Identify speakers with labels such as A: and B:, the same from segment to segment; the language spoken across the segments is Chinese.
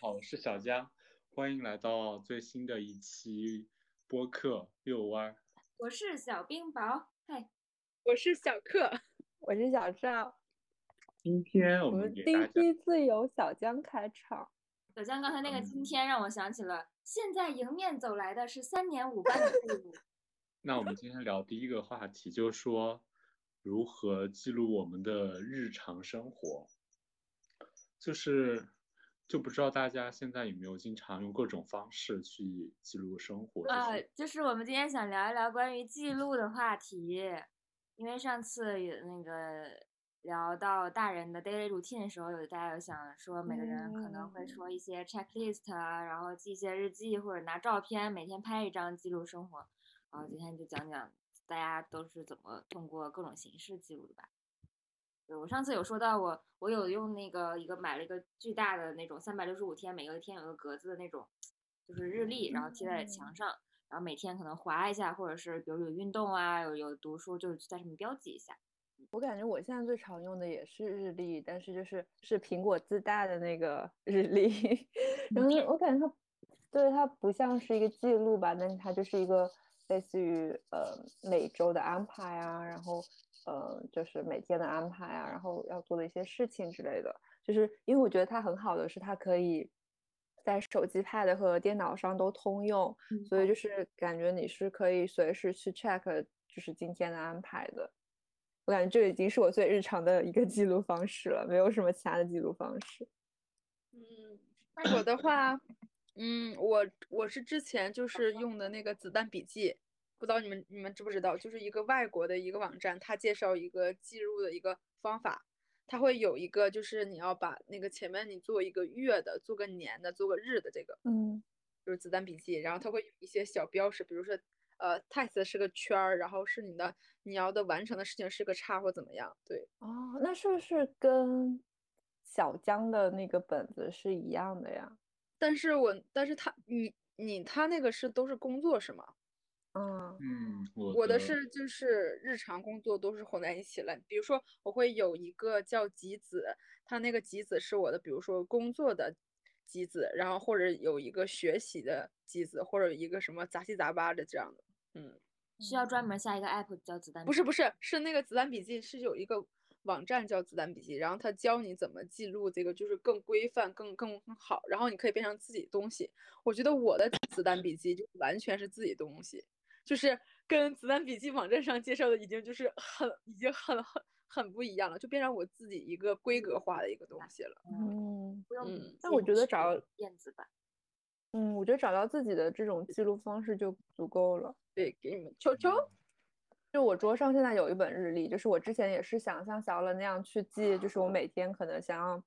A: 好，我是小佳，欢迎来到最新的一期播客遛弯儿。
B: 我是小冰雹，嘿，
C: 我是小克，
D: 我是小赵，
A: 今天我
D: 我
A: 们
D: 们
A: 嗯给
D: 第
A: 大
D: 一
A: 家，
D: 期自由小江开场，
B: 小江刚才那个
A: 嗯
B: 今天让我想起了，现在迎面走来的是三年五班的队伍。
A: 那我们今天聊第一个话题，就是说如何记录我们的日常生活。就是就不知道大家现在有没有经常用各种方式去记录生活，就
B: 呃
A: 是，
B: 就是我们今天想聊一聊关于记录的话题，因为上次有那个聊到大人的 daily routine 的时候，有大家有想说每个人可能会
D: 嗯
B: 说一些 checklist 啊，然后记一些日记或者拿照片，每天拍一张记录生活。然后今天就讲讲大家都是怎么通过各种形式记录的吧。对，我上次有说到我，我有用那个一个买了一个巨大的那种三百六十五天，每个天有个格子的那种，就是日历，然后贴在
D: 嗯
B: 墙上，然后每天可能划一下，或者是比如有运动啊，有有读书，就是在上面标记一下。
D: 我感觉我现在最常用的也是日历，但是就是是苹果自带的那个日历， 然后我感觉它，对，它不像是一个记录吧，但是它就是一个类似于呃每周的安排啊，然后呃就是每天的安排啊，然后要做的一些事情之类的，就是因为我觉得它很好的是它可以在手机、Pad 和电脑上都通用，所以就是感觉你是可以随时去 check，就是今天的安排的。我感觉这已经是我最日常的一个记录方式了，没有什么其他的记录方式。
C: 嗯，那我的话，嗯，我我是之前就是用的那个子弹笔记，不知道你们你们知不知道，就是一个外国的一个网站，它介绍一个记录的一个方法，它会有一个就是你要把那个前面你做一个月的，做个年的，做个日的这个，
D: 嗯
C: 就是子弹笔记，然后它会有一些小标识，比如说，呃，task 是个圈儿，然后是你的你要的完成的事情是个叉或怎么样，对。
D: 哦，那是不是跟小江的那个本子是一样的呀？
C: 但是我但是他你你他那个是都是工作是吗？
D: 嗯
A: 嗯，我
C: 我
A: 的
C: 的是就是日常工作都是混在一起了。比如说，我会有一个叫集子，它那个集子是我的，比如说工作的集子，然后或者有一个学习的集子，或者一个什么杂七杂八的这样的。嗯，
B: 需要专门下一个 app 叫子弹
C: 不是不
B: 是，
C: 是，是那个子弹笔记是有一个网站叫子弹笔记，然后它教你怎么记录这个，就是更规范、更更更好，然后你可以变成自己东西。我觉得我的子弹笔记就完全是自己东西，就是跟子弹笔记网站上介绍的已经就是很已经很很很不一样了，就变成我自己一个规格化的一个东西了。
D: 嗯
B: 不用笔
C: 嗯
B: 记。
D: 但我觉得
B: 是
D: 找
B: 电子 版，
D: 嗯，我觉得找到自己的这种记录方式就足够了。
C: 对，给你们球球，
D: 就我桌上现在有一本日历，就是我之前也是想像小乐那样去记，就是我每天可能想要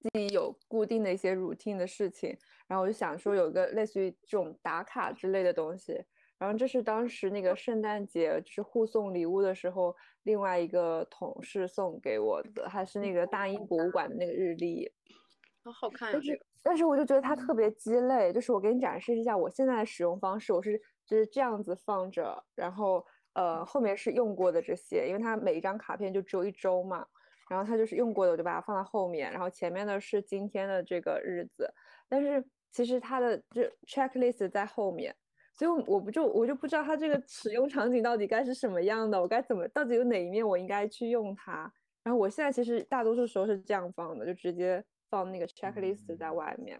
D: 自己有固定的一些 routine 的事情，然后我就想说有一个类似于这种打卡之类的东西。然后这是当时那个圣诞节就是互送礼物的时候，另外一个同事送给我的，还是那个大英博物馆的那个日历。
C: 好好看呀、
D: 但
C: 这
D: 是
C: 个。嗯
D: 但是我就觉得它特别鸡肋，就是我给你展示一下我现在的使用方式，我是就是这样子放着，然后呃后面是用过的这些，因为它每一张卡片就只有一周嘛，然后它就是用过的我就把它放到后面，然后前面的是今天的这个日子，但是其实它的这 checklist 在后面。所以我，我不就我就不知道它这个使用场景到底该是什么样的，我该怎么，到底有哪一面我应该去用它？然后我现在其实大多数时候是这样放的，就直接放那个 checklist 在
A: 嗯
D: 外面。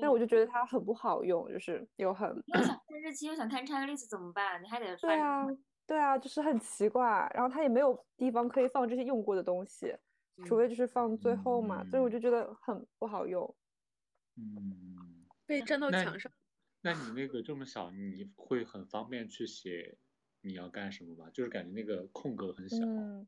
D: 但我就
C: 嗯
D: 觉得它很不好用，就是又很，
B: 又想看日期，又想看 checklist 怎么办？你还得
D: 对
B: 翻
D: 啊，对啊，就是很奇怪。然后它也没有地方可以放这些用过的东西，除非就是放最后嘛，所以我就觉得很不好用。
A: 嗯。
C: 被粘到
A: 那
C: 墙上，
A: 那你那个这么小，你会很方便去写你要干什么吗？就是感觉那个空格很小。
D: 嗯，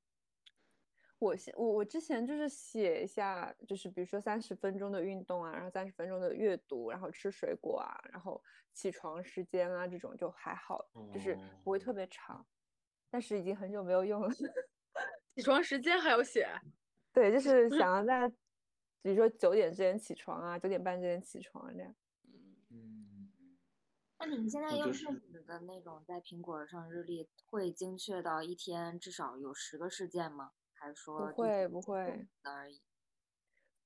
D: 我现我我之前就是写一下，就是比如说三十分钟的运动啊，然后三十分钟的阅读，然后吃水果啊，然后起床时间啊，这种就还好，就是不会特
A: 哦
D: 别长。但是已经很久没有用了，
C: 起床时间还要写，啊
D: 对，就是想要在，比如说九点之前起床啊，九点半之前起床啊这样。
A: 嗯，
B: 那你们现在
A: 我
B: 用
A: 就
B: 电
A: 是
B: 子的那种在苹果上日历，会精确到一天至少有十个事件吗？还是
D: 不
B: 说就
D: 会
B: 是
D: 不
B: 用
D: 会，
B: 的而已？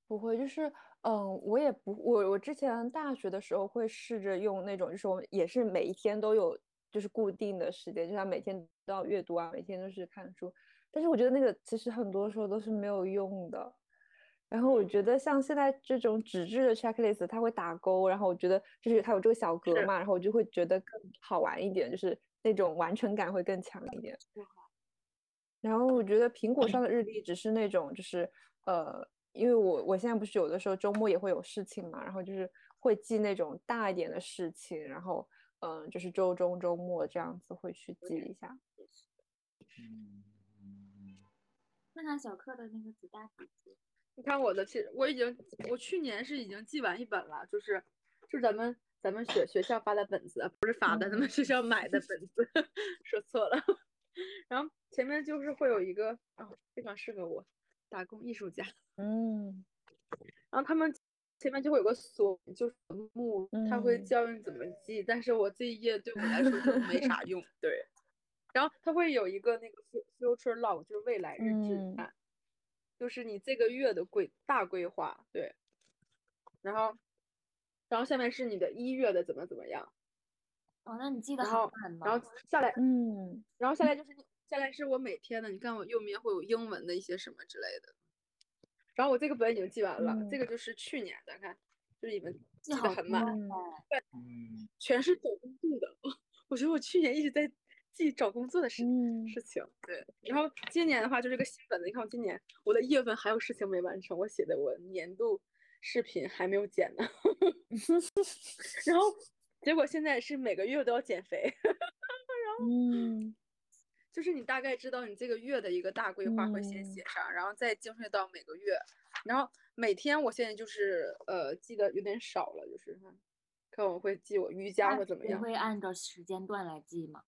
D: 不会，就是嗯，我也不，我我之前大学的时候会试着用那种，就是我们也是每一天都有，就是固定的时间，就像每天都要阅读啊，每天都是看书。但是我觉得那个其实很多时候都是没有用的。然后我觉得像现在这种纸质的 checklist，它会打勾，然后我觉得就是它有这个小格
C: 是
D: 嘛，然后我就会觉得更好玩一点，就是那种完成感会更强一点。然后我觉得苹果上的日历只是那种，就是呃，因为我我现在不是有的时候周末也会有事情嘛，然后就是会记那种大一点的事情，然后嗯、呃就是周中、周末这样子会去记一下。
A: 嗯嗯
B: 看看小克的那个子弹笔记，
C: 你看我的，其实我已经，我去年是已经记完一本了，就是，就是咱们咱们学学校发的本子，不是发的，咱们学校买的本子， 说错了。 然后前面就是会有一个，哦，非常适合我，打工艺术家。
D: 嗯
C: 然后他们前面就会有个锁，就是目，他会
D: 嗯
C: 教你怎么记。但是我这一页对我来说就没啥用，对。然后他会有一个那个 fu- future log，就是未来日志
D: 嗯
C: 啊，就是你这个月的规大规划，对。然后，然后下面是你的一月的怎么怎么样，
B: 哦，那你记得
C: 然
B: 好
C: 后
B: 慢吗？
C: 然后下来，
D: 嗯，
C: 然后下来就是你下来是我每天的，你看我右面会有英文的一些什么之类的。然后我这个本已经记完了，这
D: 嗯
C: 个就是去年的，看就是你们
B: 记
C: 记
B: 好
C: 得很
B: 多
C: 满，
D: 嗯
A: 嗯
C: 全是找工作的。 我觉得我去年一直在记找工作的事、
D: 嗯
C: 事情，对。然后今年的话就是这个新本子，你看我今年我的一月份还有事情没完成，我写的我年度视频还没有剪呢， 然后结果现在是每个月都要减肥。
D: 嗯
C: 就是你大概知道你这个月的一个大规划会先
D: 嗯
C: 写上，然后再精确到每个月，然后每天我现在就是呃记得有点少了，就是看看我会记我瑜伽
B: 那
C: 或怎么
B: 你
C: 样，
B: 会按照时间段来记吗？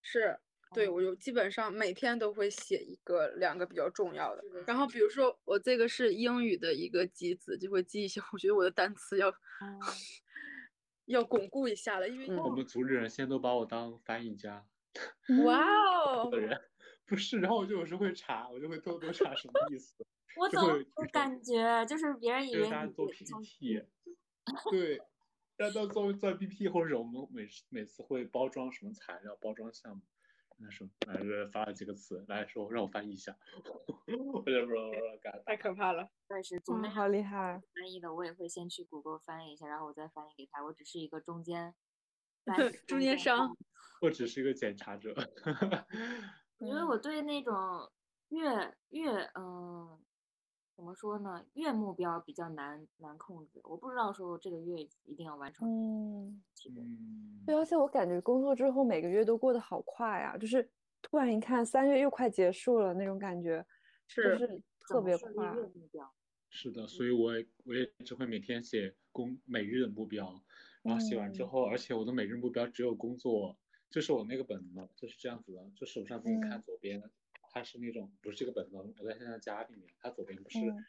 C: 是对
B: 哦
C: 我就基本上每天都会写一个两个比较重要的，然后比如说我这个是英语的一个基子，就会记一些， 我觉得我的单词要
B: 哦，
C: 要巩固一下了，因为
A: 我们组里人现在都把我当翻译家
D: 嗯
C: 哇哦
A: 的，人，不是，然后我就有时候会查，我就会偷偷查什么意思，
B: 我
A: 就
B: 总
A: 会
B: 有
A: 就是
B: 感觉，就是别人以
A: 就
B: 为
A: 是大家
B: 你
A: 做
B: 从
A: PPT，对，大家都做做 PPT 或者我们每次每次会包装什么材料、包装项目，那什么来着发了几个词来说让我翻译一下， 我就不知道不知道干
C: 太可 怕了，
B: 我也是总
D: 哇，
B: 的
D: 好厉害！
B: 翻译的，我也会先去谷歌翻译一下，然后我再翻译给他。我只是一个中间翻译
C: 中间商，
A: 我只是一个检查者，
B: 因
D: 嗯
B: 为我对那种月月嗯、怎么说呢，月目标比较难难控制，我不知道说这个月一定要完成
D: 嗯。
B: 几个。
A: 嗯，
D: 对，而且我感觉工作之后每个月都过得好快啊，就是突然一看三月又快结束了那种感觉，就是是
B: 怎
D: 特
B: 么
D: 别
B: 设
D: 快
B: 立。月目标？
A: 是的，所以我也我也只会每天写工每日的目标，然后写完之
D: 嗯
A: 后，而且我的每日目标只有工作，这是我那个本子嘛，就是这样子的，就是我上次给你看
D: 嗯
A: 左边，它是那种不是这个本子，我在现在家里面，它左边不是
D: 嗯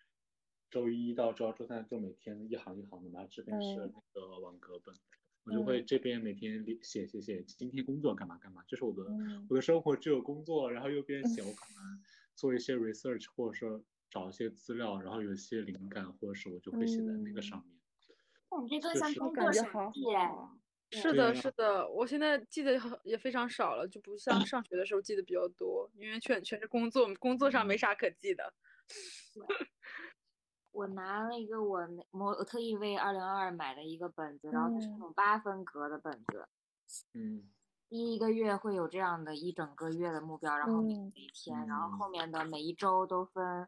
A: 周一到周二、周三就每天一行一行的嘛，这边是
D: 嗯
A: 那个网格本，我就会这边每天列写写写今天工作干嘛干嘛，这是我的
D: 嗯
A: 我的生活只有工作，然后右边
D: 嗯
A: 写我可能做一些 research，或者说找一些资料，然后有一些灵感，或者是我就会写在那个
D: 嗯
A: 上面。
B: 那你这更
A: 就
B: 像
A: 是
D: 我
B: 工
D: 感
B: 作
D: 觉
B: 手
D: 好
B: 记
D: 好
B: 哎，
D: 啊。
C: 是
A: 对呀
C: 的，是的，我现在记得很也非常少了，就不像上学的时候记得比较多，因为全全是工作，工作上没
A: 嗯
C: 啥可记的。
B: 我拿了一个我那我我特意为二零二二买的一个本子，然后它是那
D: 嗯
B: 种八分格的本子，
A: 嗯
B: 第一个月会有这样的一整个月的目标，然后每
D: 嗯
B: 每天，然后后
A: 嗯
B: 面的每一周都分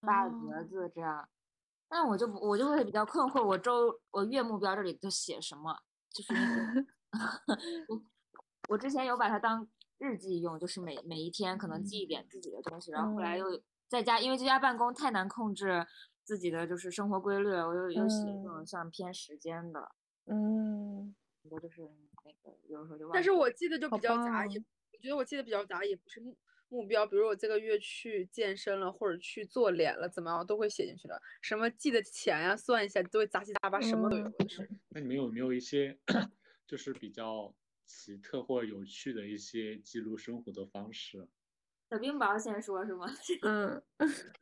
B: 八个格
C: 哦
B: 子这样。但我就不我就会比较困惑，我周我月目标这里都写什么？就是那种我我之前有把它当日记用，就是每每一天可能记一点自己的东西，然后后来又在家，因为居家办公太难控制自己的就是生活规律了，我又又写这种
D: 嗯
B: 像偏时间的，
D: 嗯，
B: 我就是那个有时候就忘
C: 但
B: 记
C: 是我记得就
D: 好
C: 比较杂，
D: 棒
C: 也我觉得我记得比较杂，也不是目目标，比如我这个月去健身了，或者去做脸了，怎么样我都会写进去的。什么记的钱呀、算一下，都会杂七杂八，什么都有。
D: 嗯
C: 我就是
A: 那你们有没有一些 就是比较奇特或有趣的一些记录生活的方式？
B: 小冰雹先说是吗？
D: 嗯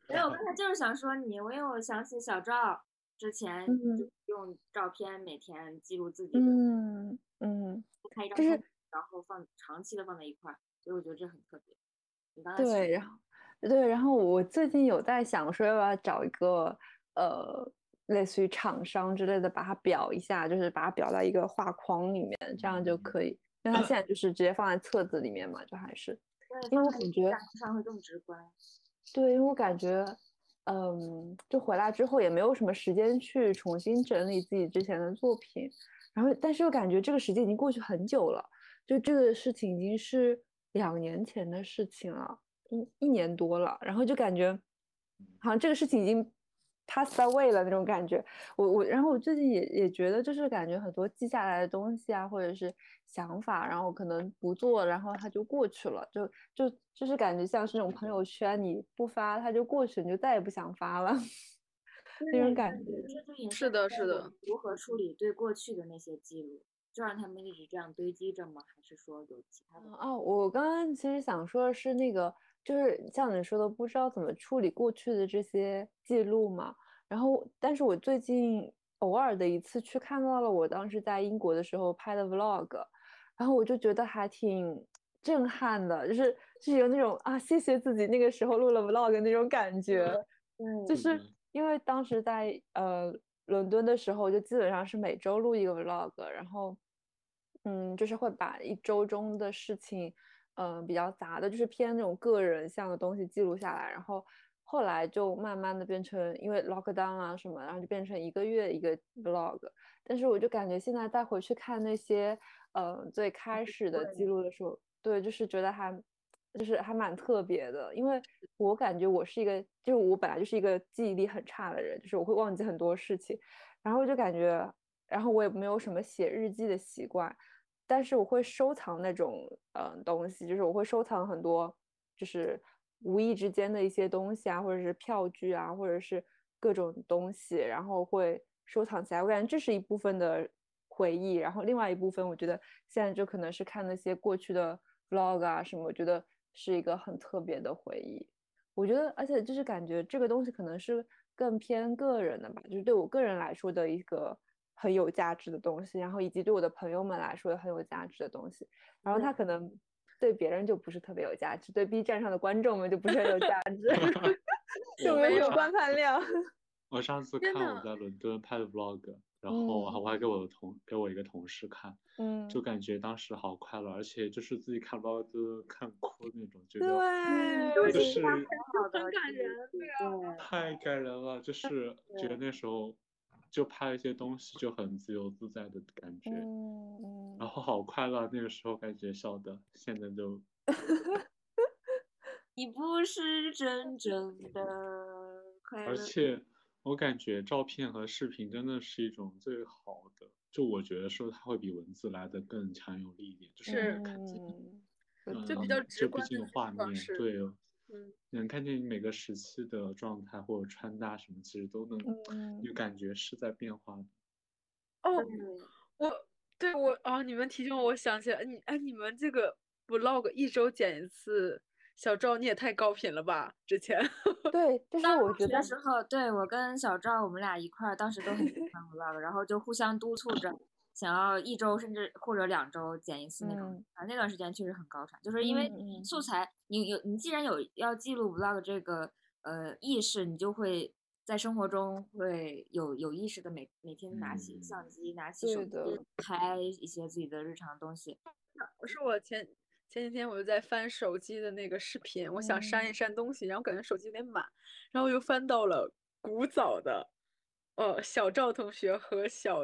B: 没有，我刚才就是想说你，我因为我想起小赵之前
D: 嗯
B: 就用照片每天记录自己的，
D: 嗯嗯，
B: 拍一张
D: 就
B: 照
D: 是
B: 片，然后放长期的放在一块儿，所以我觉得这很特别。你刚才说
D: 对，然后对，然后我最近有在想说要不要找一个呃，类似于厂商之类的，把它裱一下，就是把它裱到一个画框里面，嗯这样就可以。因为它现在就是直接放在册子里面嘛，就还是
B: 对
D: 因为我
B: 放在
D: 感觉
B: 大屏上会更直观。
D: 对，因为我感觉，嗯，就回来之后也没有什么时间去重新整理自己之前的作品，然后但是又感觉这个时间已经过去很久了，就这个事情已经是两年前的事情了，一一年多了，然后就感觉好像这个事情已经 passed away 了那种感觉。我我，然后我最近也也觉得，就是感觉很多记下来的东西啊，或者是想法，然后可能不做，然后它就过去了，就就就是感觉像是那种朋友圈，你不发它就过去，你就再也不想发了那种感觉。
B: 这就也
C: 是的是的，
B: 如何处理对过去的那些记录，就让他们一直这样堆积着吗？还是说有其他的？
D: 哦，我刚刚其实想说的是，那个就是像你说的，不知道怎么处理过去的这些记录嘛。然后，但是我最近偶尔的一次去看到了我当时在英国的时候拍的 vlog，然后我就觉得还挺震撼的，就是就是有那种啊，谢谢自己那个时候录了 vlog 那种感觉。
B: 对
D: 就
A: 嗯
D: 是
A: 哼
D: 因为当时在呃伦敦的时候，就基本上是每周录一个 vlog，然后嗯，就是会把一周中的事情，嗯、比较杂的，就是偏那种个人向的东西记录下来，然后后来就慢慢的变成因为 lockdown 啊什么，然后就变成一个月一个 vlog，但是我就感觉现在再回去看那些呃最开始的
B: 对
D: 记录的时候，对，就是觉得还就是还蛮特别的，因为我感觉我是一个，就是我本来就是一个记忆力很差的人，就是我会忘记很多事情，然后就感觉，然后我也没有什么写日记的习惯，但是我会收藏那种嗯、呃东西，就是我会收藏很多，就是无意之间的一些东西啊，或者是票据啊，或者是各种东西，然后会收藏起来。我感觉这是一部分的回忆，然后另外一部分，我觉得现在就可能是看那些过去的 vlog 啊什么，我觉得是一个很特别的回忆。我觉得，而且就是感觉这个东西可能是更偏个人的吧，就是对我个人来说的一个很有价值的东西，然后以及对我的朋友们来说也很有价值的东西。然后它可能对别人就不是特别有价值，对 B 站上的观众们就不是很有价值， 就
A: 我
D: 没
A: 我
D: 有
A: 上
D: 观看量。
A: 我上次
C: 天
A: 看我
C: 呐
A: 在伦敦拍的 vlog，然后啊我还我还给我的同给我一个同事看，
D: 嗯，
A: 就感觉当时好快乐，而且就是自己看 vlog 都看哭那种，觉
D: 对，
A: 得
B: 嗯
D: 我
A: 就
D: 觉
A: 是
B: 很好的
C: 很感
B: 记
C: 人
B: 录
C: 对
D: 啊
B: 对
A: 太感人了，就是觉得那时候就拍了一些东西就很自由自在的感觉，
D: 嗯
A: 然后好快乐，那个时候感觉笑的，现在就
B: 你不是真正的快
A: 而
B: 乐。
A: 且我感觉照片和视频真的是一种最好的，就我觉得说它会比文字来的更强有力一点，就是能
C: 是
A: 看见，
D: 嗯，
C: 就比
A: 嗯
C: 较
A: 就
C: 直
A: 毕
C: 观的
A: 竟有
C: 那种
A: 画
C: 方
A: 面，
C: 式
A: 对，
C: 嗯，
A: 能看见你每个时期的状态或者穿搭什么，其实都能，
D: 嗯
A: 有感觉是在变化的。
C: 哦，
B: 对
C: 我对我啊，你们提醒我，我想起来，你哎，你们这个 vlog 一周剪一次，小赵你也太高频了吧？之前
D: 对，就是
B: 当
D: 我
B: 大
D: 觉
B: 学
D: 得
B: 的时候，对我跟小赵，我们俩一块儿，当时都很喜欢 vlog，然后就互相督促着，想要一周甚至或者两周剪一次那种
D: 嗯。
B: 啊，那段时间确实很高产，就是因为
D: 嗯嗯
B: 素材，你有你既然有要记录 vlog 这个呃意识，你就会在生活中会有有意识的每每天拿起相
A: 嗯
B: 机，拿起手
D: 对
B: 机
D: 的
B: 拍一些自己的日常东西。
C: 是我前前几天我就在翻手机的那个视频，我想删一
D: 嗯
C: 删东西，然后感觉手机有点满，然后又翻到了古早的，呃，小赵同学和小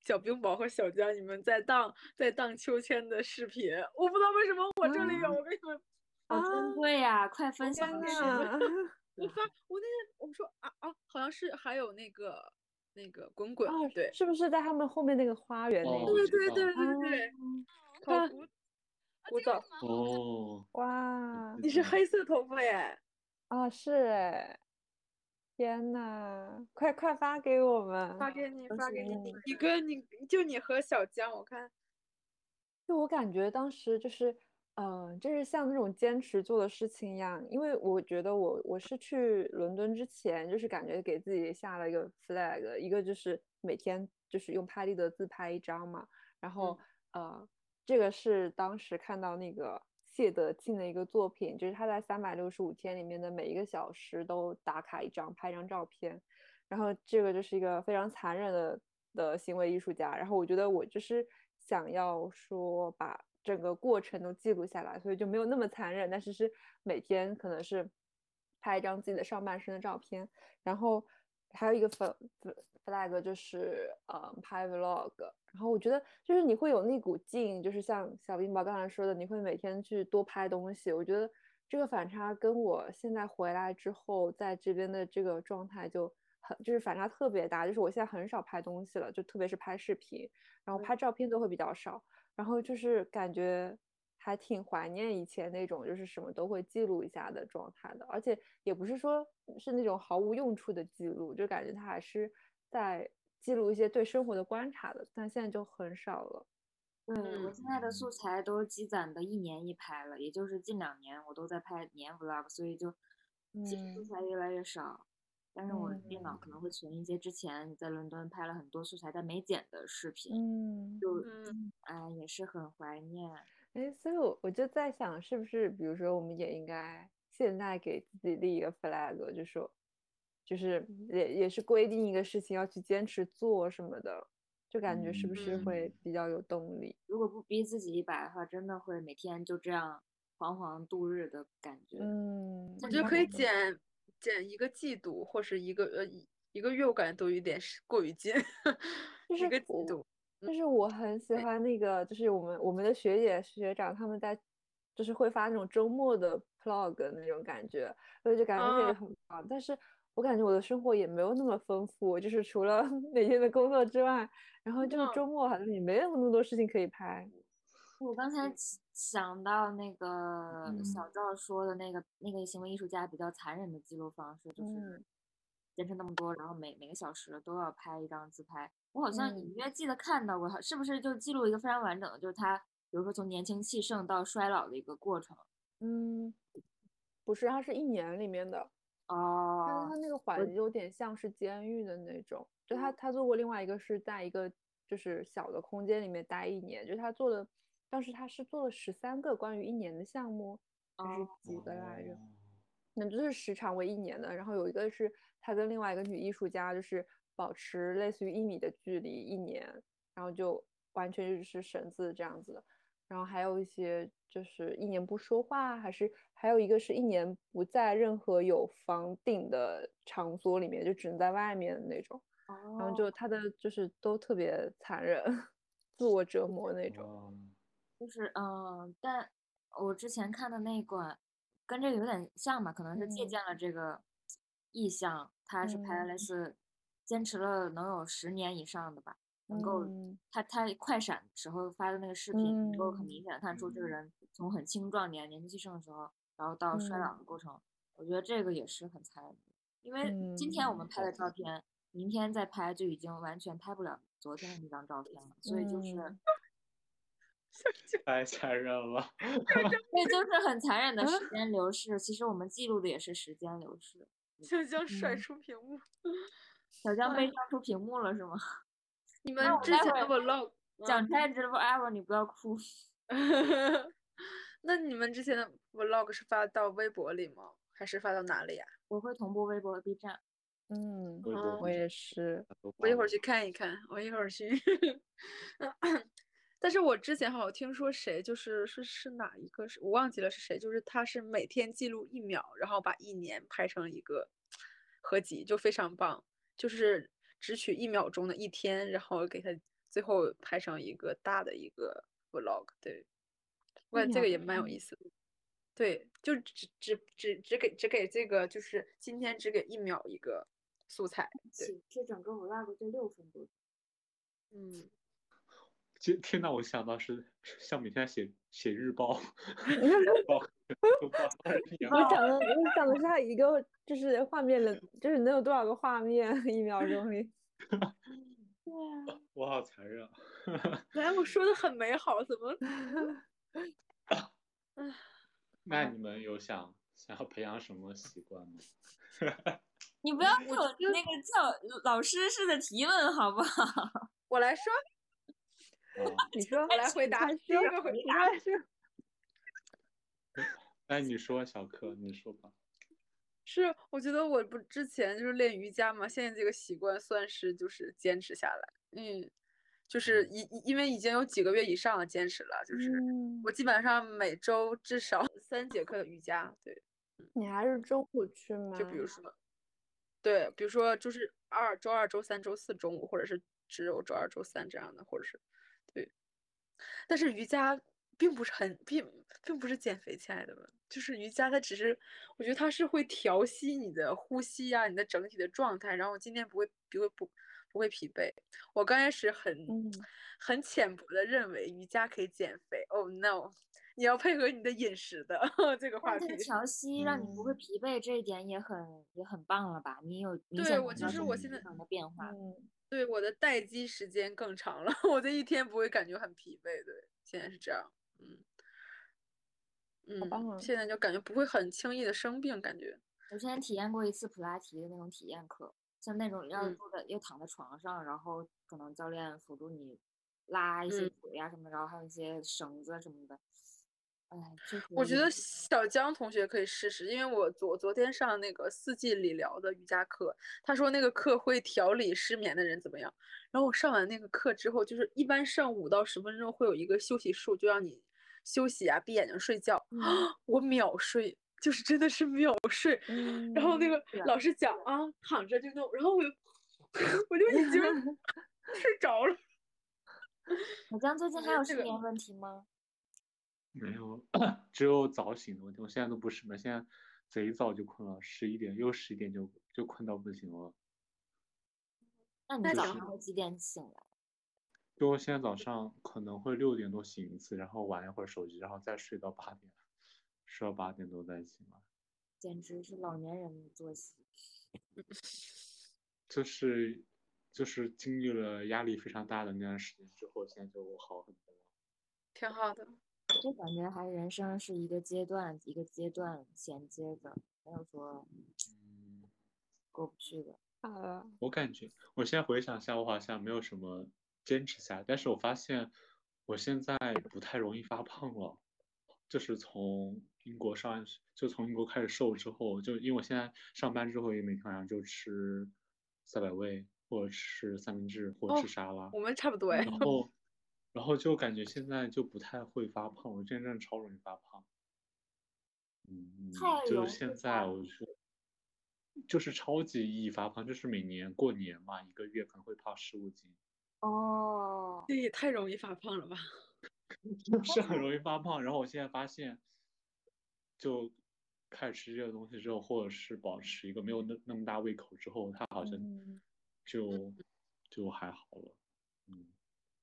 C: 小冰雹和小江你们在荡在荡秋千的视频，我不知道为什么我这里有，
D: 啊
C: 我跟你们
B: 好珍
D: 啊
B: 贵呀、快分享
D: 天
B: 给我们！
D: 呐，
C: 我发我那天我说啊啊，好像是还有那个那个滚滚，
D: 啊，
C: 对
D: 是不是在他们后面那个花园那
A: 哦
D: 一
A: 我
C: 对
A: 知
D: 集？
C: 对
A: 道
C: 对
D: 啊
C: 对对，好
D: 看
C: 古
D: 古早
A: 哦，
D: 哇
A: 嗯
C: 你是黑色头发耶。
D: 啊，是哎，天呐，快快发给我们！
C: 发给你，
B: 都
C: 发
B: 是
C: 给你
D: 因为。
C: 你跟你就你和小江，我看
D: 就我感觉当时就是嗯，就是像那种坚持做的事情一样，因为我觉得我我是去伦敦之前，就是感觉给自己下了一个 flag，一个就是每天就是用拍立得自拍一张嘛，然后呃，这个是当时看到那个谢德庆的一个作品，就是他在三百六十五天里面的每一个小时都打卡一张，拍一张照片，然后这个就是一个非常残忍的的行为艺术家，然后我觉得我就是想要说把。整个过程都记录下来，所以就没有那么残忍，但是是每天可能是拍一张自己的上半身的照片，然后还有一个 fl- flag 就是呃拍 vlog，然后我觉得就是你会有那股劲，就是像小冰雹刚才说的，你会每天去多拍东西，我觉得这个反差跟我现在回来之后在这边的这个状态就。很就是反差特别大，就是我现在很少拍东西了，就特别是拍视频，然后拍照片都会比较少。然后就是感觉还挺怀念以前那种，就是什么都会记录一下的状态的，而且也不是说是那种毫无用处的记录，就感觉他还是在记录一些对生活的观察的，但现在就很少了。
B: 对，我
C: 嗯
B: 现在的素材都积攒的一年一拍了，也就是近两年我都在拍年 vlog，所以就其实素
D: 嗯
B: 材越来越少。但是我电脑
D: 嗯
B: 可能会存一些之前在伦敦拍了很多素材但没剪的视频，
D: 嗯，
B: 就
C: 嗯，
B: 哎也是很怀念。
D: 哎，所以我我就在想，是不是比如说我们也应该现在给自己立一个 flag，就说就是也也是规定一个事情要去坚持做什么的，就感觉是不是
C: 嗯
D: 会比较有动力？
B: 如果不逼自己一把的话，真的会每天就这样惶惶度日的感觉。
D: 嗯，
C: 我觉得可以
B: 嗯
C: 减减一个季度，或是一个呃一一个月，我感觉都有点是过于近，
D: 就
C: 一
D: 是
C: 个季
D: 我，
C: 度。
B: 嗯
D: 就是我很喜
B: 哎
C: 对
D: 欢那个，就是我们我们的学姐学长他们在，就是会发那种周末的 vlog 的那种感觉，所以就感觉那个也
C: 啊
D: 很棒。但是我感觉我的生活也没有那么丰富，就是除了 每天的工作之外，然后就是
C: 嗯
D: 周末好像也没有那么多事情可以拍。
B: 我刚才起想到那个小
D: 嗯
B: 赵说的那个那个行为艺术家比较残忍的记录方式，就是
D: 嗯
B: 坚持那么多，然后每每个小时都要拍一张自拍。我好像隐
D: 嗯
B: 约记得看到过，好是不是就记录一个非常完整的，就是他比如说从年轻气盛到衰老的一个过程？
D: 嗯，不是，它是一年里面的。他
B: 哦，
D: 他那个环境有点像是监狱的那种，就他他做过另外一个是在一个就是小的空间里面待一年，就他做了，当时他是做了十三个关于一年的项目，就是
B: 哦，
D: 几个来着，
A: 哦
D: 那就是时长为一年的，然后有一个是他跟另外一个女艺术家就是保持类似于一米的距离一年，然后就完全就是绳子这样子的，然后还有一些就是一年不说话，还是还有一个是一年不在任何有房顶的场所里面，就只能在外面的那种。然后
B: 哦，
D: 就他的就是都特别残忍， 自我折磨那种。
A: 哦
B: 就是嗯，但我之前看的那款跟这个有点像嘛，可能是借
D: 嗯
B: 鉴了这个意象，他是拍了类
D: 嗯
B: 似坚持了能有十年以上的吧，能够
D: 嗯
B: 他他快闪时候发的那个视频，能够很
D: 嗯
B: 明显的看出这个人从很青壮年年轻气盛的时候，然后到衰老
D: 嗯
B: 的过程，我觉得这个也是很残忍的，因为今天我们
D: 嗯
B: 拍的照片，明天再拍就已经完全拍不了昨天的那张照片了，所以就是。
D: 嗯
A: 太残忍了。
B: 对，就是很残忍的
D: 啊
B: 时间流逝。其实我们记录的也是时间流逝。
C: 香香甩
D: 嗯
C: 出屏幕，
B: 小江
C: 哎
B: 被
C: 呀，
B: 上出屏幕了是吗？
C: 你
B: 那
C: 们
B: 我
C: 之
B: 待
C: 前
B: 会
C: 的
B: 儿
C: vlog，
B: 讲《
C: 嗯，
B: Child Forever》，你不哎要哭。
C: 那你们之前的 vlog 是发到微博里吗？还是发到哪里呀、啊
B: 我会同步微博、B 站。
D: 嗯，
A: 微博
D: 我
A: 不
D: 也是。
A: 都
C: 我一
A: 关
C: 会儿
A: 了。
C: 去看一看，我一会儿去。 但是我之前好像听说谁，就是是是哪一个，是我忘记了是谁，就是他是每天记录一秒，然后把一年拍成一个合集，就非常棒。就是只取一秒钟的一天，然后给他最后拍成一个大的一个 vlog。对，我
D: 一
C: 感觉这
D: 秒
C: 个也蛮有
D: 钟
C: 意思的。对，就只只只只给只给这个，就是今天只给一秒一个素材。对，
B: 起，这整个 vlog 就六分多钟。
C: 嗯。
A: 这天呐，我想到是像每天写写日报，报都报二十年
D: 我
A: 了。
D: 想的，我想的是他一个就是画面能，就是能有多少个画面 一秒钟里？
B: 对啊，
A: 我好残忍啊。
C: 哎来，我说的很美好，怎么？
A: 那你们有想想要培养什么习惯吗？
B: 你不要给我那个叫老师似的提问好不好？
C: 我来说，
A: 啊，
D: 你说
C: 我来回答，啊第一个回答，
A: 那你说小柯，你说吧。
C: 是，我觉得我不之前就是练瑜伽嘛，现在这个习惯算是就是坚持下来，嗯，就是
A: 嗯
C: 已因为已经有几个月以上了坚持了，就是
D: 嗯
C: 我基本上每周至少三节课的瑜伽，对，
D: 你还是中午去吗？
C: 就比如说，对，比如说就是二周二、周三、周四中午，或者是只有周二、周三这样的，或者是对，但是瑜伽并不是很并并不是减肥，亲爱的们，就是瑜伽它只是我觉得它是会调息你的呼吸呀、你的整体的状态，然后今天不会不会不不会疲惫。我刚开始很
D: 嗯
C: 很浅薄的认为瑜伽可以减肥，Oh no！你要配合你的饮食的 这个话
B: 让
C: 题
B: 它。调息，让你不会
A: 嗯
B: 疲惫，这一点也很也很棒了吧？你有明
C: 对
B: 显
C: 我
B: 感
C: 就
B: 到
A: 是
B: 身
A: 我
B: 体
A: 现
C: 在
B: 上的变化。
D: 嗯，
C: 对，我的待机时间更长了， 我这一天不会感觉很疲惫。对，现在是这样，嗯
D: 好棒
C: 嗯，
D: 啊
C: 现在就感觉不会很轻易的生病，感觉
B: 我之前体验过一次普拉提的那种体验课，像那种要
C: 嗯
B: 坐在要躺在床上，然后可能教练辅助你拉一些
C: 嗯
B: 腿呀、什么，然后还有一些绳子什么的。哎，确实
D: 嗯
C: 我觉得
B: 有
C: 小江同学可以试试，因为我昨昨天上那个四季理疗的瑜伽课，他说那个课会调理失眠的人怎么样。然后我上完那个课之后，就是一般上五到十分钟会有一个休息术，就让你休息啊，闭眼睛睡觉。
D: 嗯
C: 我秒睡，就是真的是秒睡。 然后那
D: 嗯
C: 个
B: 是
C: 老师讲啊，躺着就弄，然后我就 我就已 经睡着了。
B: 小江最近
C: 我
B: 还有
C: 觉得这
B: 失
C: 个
B: 眠问题吗？
A: 没有， 只有早醒的问题。我现在都不是，我现在贼早就困了，十一点又十一点就就困到不行了。
B: 那你
C: 那
B: 早
C: 挺
B: 上
C: 好
B: 会几点醒来？
A: 就我现在早上可能会六点多醒一次，然后玩一会儿手机，然后再睡到八点，睡到八点多再醒来。
B: 简直是老年人的作息。
A: 就是就是经历了压力非常大的那段时间之后，现在就好很多了。
C: 挺好的，
B: 就感觉还人生是一个阶段一个阶段衔接的，没有说
A: 嗯，
B: 过不去的。
D: 好了，
A: 我感觉我现在回想一下，我好像没有什么坚持下来，但是我发现我现在不太容易发胖了。就是从英国上，就从英国开始瘦之后，就因为我现在上班之后也每天晚上就吃赛百味，或者吃三明治，或者
C: 哦
A: 吃沙拉，
C: 我们差不 多哎。
A: 然后然后就感觉现在就不太会发胖，我之前真的超容易发胖。嗯，嗯
B: 太
A: 就
B: 容易
A: 是现
B: 发
A: 在我是就是超级易发胖，就是每年过年嘛，一个月可能会胖十五斤，
B: 哦，
C: 这也太容易发胖了吧？
A: 就是很容易发胖。然后我现在发现，就开始吃这个东西之后，或者是保持一个没有那那么大胃口之后，它好像
D: 嗯
A: 就就还好了。嗯，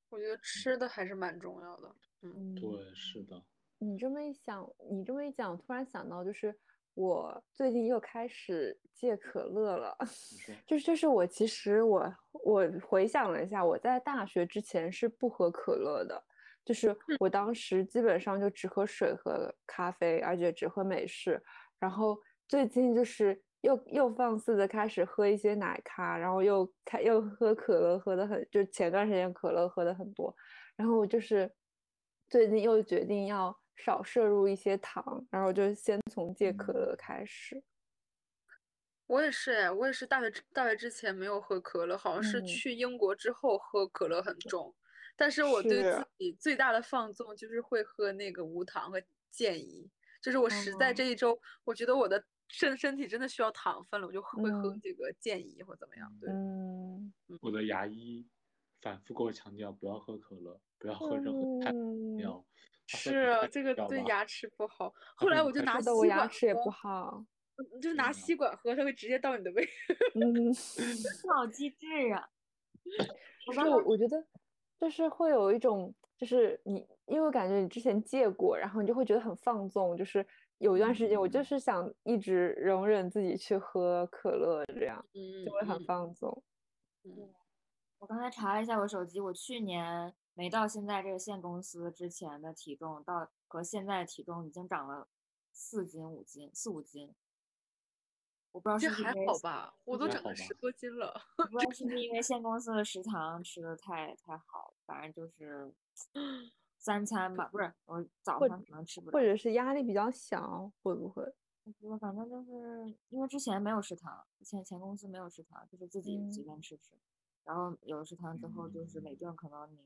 C: 我觉得吃的还是蛮重要的。嗯，
D: 嗯，
A: 对，是的，
D: 你这么一想，你这么一讲，我突然想到，就是我最近又开始戒可乐了。
A: 你说，
D: 就是就是我其实我我回想了一下，我在大学之前是不喝可乐的，就是
A: 嗯
D: 我当时基本上就只喝水和咖啡，而且只喝美式。然后最近就是又又放肆的开始喝一些奶咖，然后又开又喝可乐，喝的很，就前段时间可乐喝的很多，然后我就是最近又决定要少摄入一些糖，然后就先从戒可乐
A: 嗯
D: 开始。
C: 我也是哎，我也是大学之大学之前没有喝可乐，好像是
D: 嗯
C: 去英国之后喝可乐很重。但是我对
D: 是
C: 自己最大的放纵就是会喝那个无糖和健怡，就是我实在
D: 哦
C: 这一周，我觉得我的身身体真的需要糖分了，我就会喝
D: 嗯
C: 这个健怡或怎么样。对，
D: 嗯。
A: 我的牙医反复给我强调不要喝可乐，不要喝任何碳饮
D: 嗯，
A: 料。他说
C: 是
A: 你
C: 啊
A: 快
C: 这个
A: 死掉
C: 对
A: 吧
C: 牙齿不好。
A: 他
C: 后
A: 说
C: 来
A: 你
C: 我就
A: 快
C: 拿
A: 死
D: 是
A: 掉
D: 的，我
C: 吸
D: 牙
C: 管
D: 齿也不
C: 喝
D: 好。
C: 嗯就是
A: 是
C: 拿
A: 的
C: 吸管喝，它会直接到你的胃。
D: 嗯，
B: 好机智啊！我
D: 是
B: 刚
D: 我
B: 才
D: 我觉得就是会有一种，就是你，因为我感觉你之前戒过，然后你就会觉得很放纵，就是有一段时间我就
A: 嗯
D: 是想一直容忍自己去喝可乐，这样
C: 嗯
D: 就会很
C: 嗯
D: 放纵。
C: 嗯，
B: 我刚才查了一下我手机，我去年没到现在这个县公司之前的体重，到和现在的体重已经长了四斤五斤四五斤。我不知道
C: 这
B: 是不是
C: 还
B: 因为
C: 好吧？我都
A: 还
C: 长
A: 好
C: 了
A: 吧
C: 十多斤了。
B: 我不知道是不是因为县公司的食堂吃的太太好，反正就是三餐吧，不是我早
D: 或
B: 上可能吃不了
D: 或，者是压力比较小，会不会？
B: 我觉得反正就是因为之前没有食堂，之前前公司没有食堂，就是自己随
D: 嗯
B: 便吃吃。然后有食堂之后，就是每顿可能你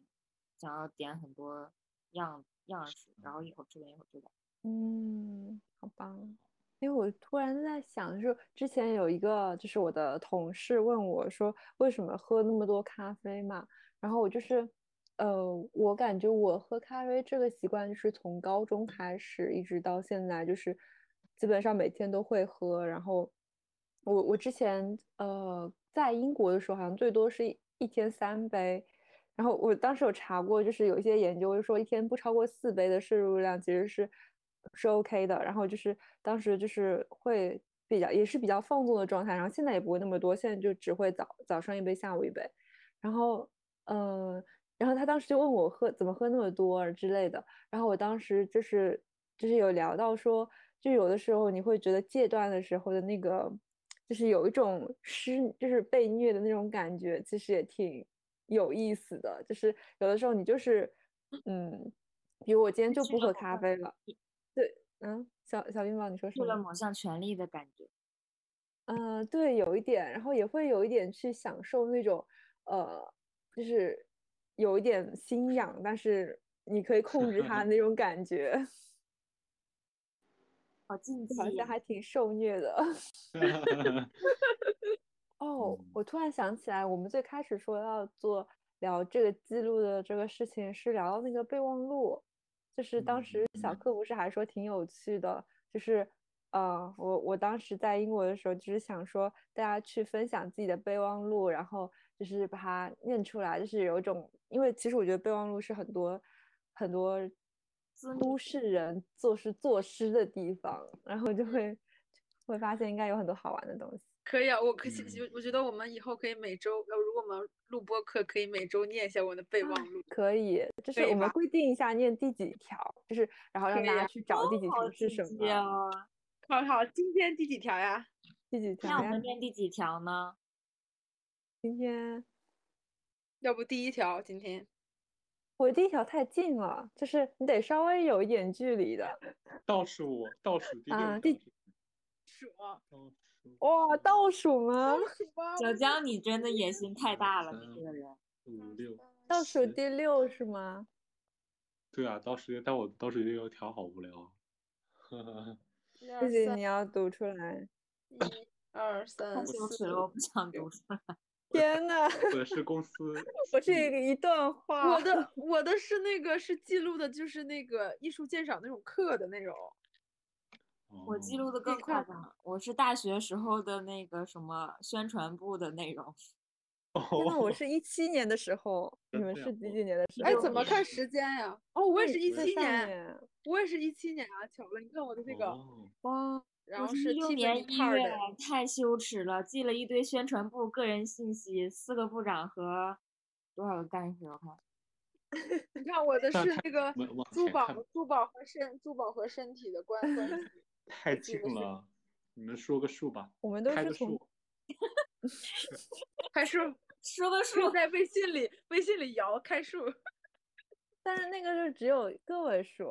B: 想要点很多样样式，然后一口吃完一口吃完。
D: 嗯，好吧。哎，我突然在想，就是之前有一个，就是我的同事问我说，为什么喝那么多咖啡嘛？然后我就是，呃，我感觉我喝咖啡这个习惯，就是从高中开始一直到现在，就是基本上每天都会喝。然后我我之前呃在英国的时候，好像最多是一一天三杯。然后我当时有查过，就是有一些研究说一天不超过四杯的摄入量其实是是 OK 的。然后就是当时就是会比较也是比较放纵的状态，然后现在也不会那么多，现在就只会早早上一杯，下午一杯。然后呃，然后他当时就问我喝怎么喝那么多之类的，然后我当时就是就是有聊到说，就有的时候你会觉得戒断的时候的那个。就是有一种施，就是被虐的那种感觉，其实也挺有意思的。就是有的时候你就是，嗯，比如我今天就
B: 去
D: 不
B: 了
D: 喝
B: 某
D: 咖
B: 项
D: 啡了，对，嗯，小小冰棒，你说什
B: 去了
D: 么？
B: 某项权利的感觉，
D: 嗯、呃对，有一点，然后也会有一点去享受那种，呃，就是有一点心痒，但是你可以控制它的那种感觉，
B: 好禁
D: 就好
B: 忌
D: 像
B: 呀！
D: 还挺受虐的。哦，
A: 嗯
D: 我突然想起来，我们最开始说要做聊这个记录的这个事情，是聊到那个备忘录，就是当时小
A: 嗯
D: 克不是还说挺有趣的，就是呃，我我当时在英国的时候，就是想说大家去分享自己的备忘录，然后就是把它念出来，就是有一种，因为其实我觉得备忘录是很多很多
B: 私密
D: 都市人做事作诗的地方，然后就会会发现应该有很多好玩的东西。
C: 可以啊，我可以，
A: 嗯
C: 我觉得我们以后可以每周，呃，如果我们录播课，可以每周念一下我的备忘录。
D: 可以，就是
C: 可以
D: 我们
C: 吧
D: 规定一下念第几条，就是然后
C: 可
D: 让大
C: 以
D: 家
C: 啊
D: 去找第几
B: 好
D: 条是
B: 禁
D: 什
B: 忌
D: 么，
B: 啊！
C: 好好，今天第几条呀？
D: 第几条
B: 那我
D: 呀？
B: 们念第几条呢？
D: 今天
C: 要不第一条，今天
D: 我第一条太近了，就是你得稍微有一点距离的。
A: 倒数倒数第六
D: 啊
A: 条
D: 第
A: 是
C: 数啊
A: 倒数
D: 哇，
A: 三
D: 倒数吗？
C: 数吧。
B: 小江，你真的野心太
A: 嗯
B: 大了，
A: 三
B: 你这个人。
A: 五六
D: 倒数
A: 十
D: 第六是吗？
A: 对啊，倒数但我倒数第六条好无 聊。啊
C: 一
D: 不
C: 二
D: 行，
C: 三，
D: 你要读出来。
C: 一 二
B: 太
C: 三
B: 羞
C: 四
B: 耻嗯了，我不想读出来。
D: 天呐，
A: 我是公司
D: 我这
A: 记
D: 个一段话，
C: 我的我的是那个是记录的，就是那个艺术鉴赏那种课的那种。
B: 我记
A: 哦
B: 录的更
D: 你
B: 夸
D: 看
B: 张，我是大学时候的那个什么宣传部的内容，
D: 天呐，我
A: 哦，
D: 是一七年的时候，你们
A: 这
D: 是
A: 样
D: 几几年的时
C: 哎，
D: 候？
C: 怎么看时间呀？哦，我也
D: 对
C: 是一
A: 我也
C: 七
D: 在上
C: 年，
D: 面。
C: 我也是一七年啊，巧了，你看我的这个，
A: 哦，
D: 哇，
C: 然
B: 我
C: 后
B: 是一
C: 是
B: 六年
C: Tiffany
B: 一月
C: Card，的，
B: 太羞耻了，记了一堆宣传部个人信息，四个部长和多少个干事？我看
C: 你看我的
A: 那
C: 是
A: 看
C: 那个
A: 往往
C: 珠
A: 前
C: 宝
A: 看
C: 珠宝和身珠宝和身体的关关系，
A: 太
C: 记
A: 近
C: 得是
A: 了，你们说个数吧，
D: 我们都
A: 开
D: 是
A: 个
D: 从
A: 数。
C: 开数
B: 说个
C: 可以
B: 数，
C: 在微信里微信里摇开数。
D: 但是那个就只有个位数。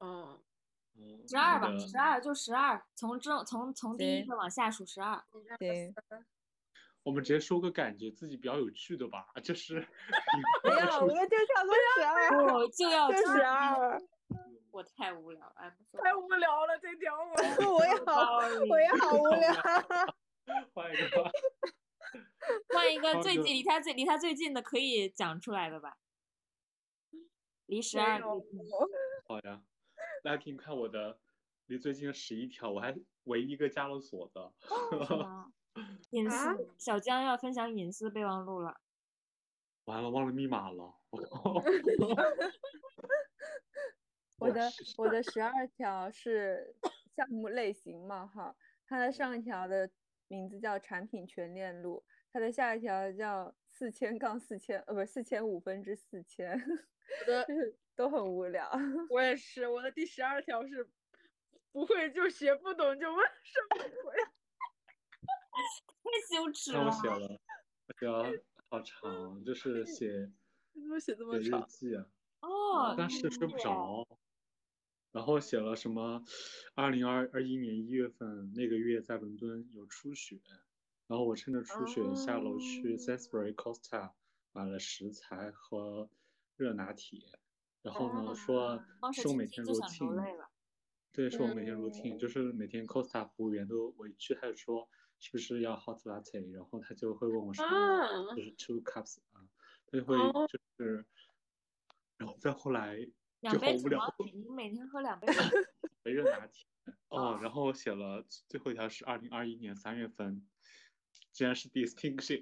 C: 嗯，
A: 嗯，
B: 十二
A: 你
B: 吧，
A: 的
B: 十二就十二，从正从从第一
D: 行
B: 个往下数十二。
C: 一二
D: 行，
C: 三，
A: 我们直接说个感觉自己比较有趣的吧，就是
D: 没有，我们就差不多十二，
B: 我就要
D: 就
B: 知
D: 十
B: 道
D: 二。
B: 我太无聊了，哎，不说
C: 太无聊了，这条我
D: 我也好，我也
B: ，sorry，
D: 好无聊。
A: 换一个吧。
B: 换一个
A: 好
B: 最
A: 的
B: 近离他最离他最近的可以讲出来的 吧，离十
C: 没
B: 二
C: 有
B: 最近。
A: 好呀，来听看我的，离最近十一条，我还唯一一个加了锁的。
B: 是 吗？隐私
C: 啊，
B: 小江要分享隐私备忘录了。
A: 完了，忘了密码了， 我靠！
D: 我 的我的十二条是项目类型冒号，它的上一条的名字叫产品全链路，它的下一条叫四千杠四千，呃，不是四千五分之四千，
C: 我的
D: 就是都很无 聊。
C: 我也是，我的第十二条是不会就学，不懂就问，什么 鬼？
B: 太羞耻
A: 让
B: 了
A: 我。写了，我写了好长，就是 写
C: 你怎么写这么
A: 写日
C: 长？
A: 记啊，
B: 哦，
A: 但是睡不着，然后写了什么？二零二二一年一月份那个月在伦敦有初雪，然后我趁着初雪下楼去
D: 哦
A: Sainsbury Costa 买了食材和热拿铁，然后呢
D: 啊
A: 说
B: 光是
A: 是我
B: 听
A: 每
B: 听
A: 天
B: 就想流
A: routine
B: 泪了。
A: 对，是我每天
D: 嗯
A: routine，、就是每天 Costa 服务员都我一去他就说是不是要 hot latte，然后他就会问我是不是
C: 啊
A: 就是 two cups 啊，他就会
C: 哦
A: 就是，然后再后来
B: 两
A: 就好
B: 杯
A: 无
B: 什
A: 聊
B: 么，？
A: 后
B: 你每天喝两杯什么？
A: 没热拿 铁哦
B: 哦，
A: 然后我写了最后一条是二零二一年三月份，竟然是 distinction，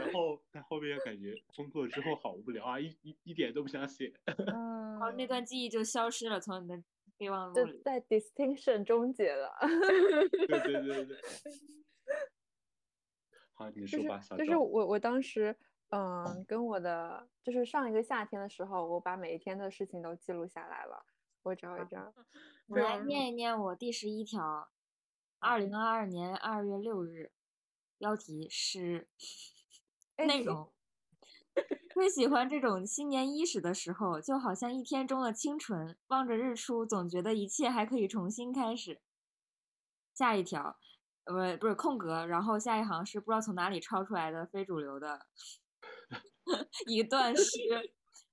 A: 然后但后面感觉工作之后好无聊啊，一一一点都不想写，
D: 嗯，
B: 然后那段记忆就消失了，从你的备忘录
D: 就
B: 里。
D: 在 distinction 终结了，
A: 对对对 对。好，你
D: 就
A: 说
D: 是
A: 吧，小
D: 就是
A: 赵。
D: 我我当时，嗯，跟我的就是上一个夏天的时候，我把每一天的事情都记录下来了，我找一张，
B: 我来
C: 嗯
B: 念一念我第十一条，二零二二年二月六日，标题是
D: 哎
B: 内
D: 你
B: 容。最喜欢这种新年伊始的时候，就好像一天中的清晨，望着日出，总觉得一切还可以重新开始。下一条，呃，不是空格，然后下一行是不知道从哪里抄出来的非主流的 一段诗。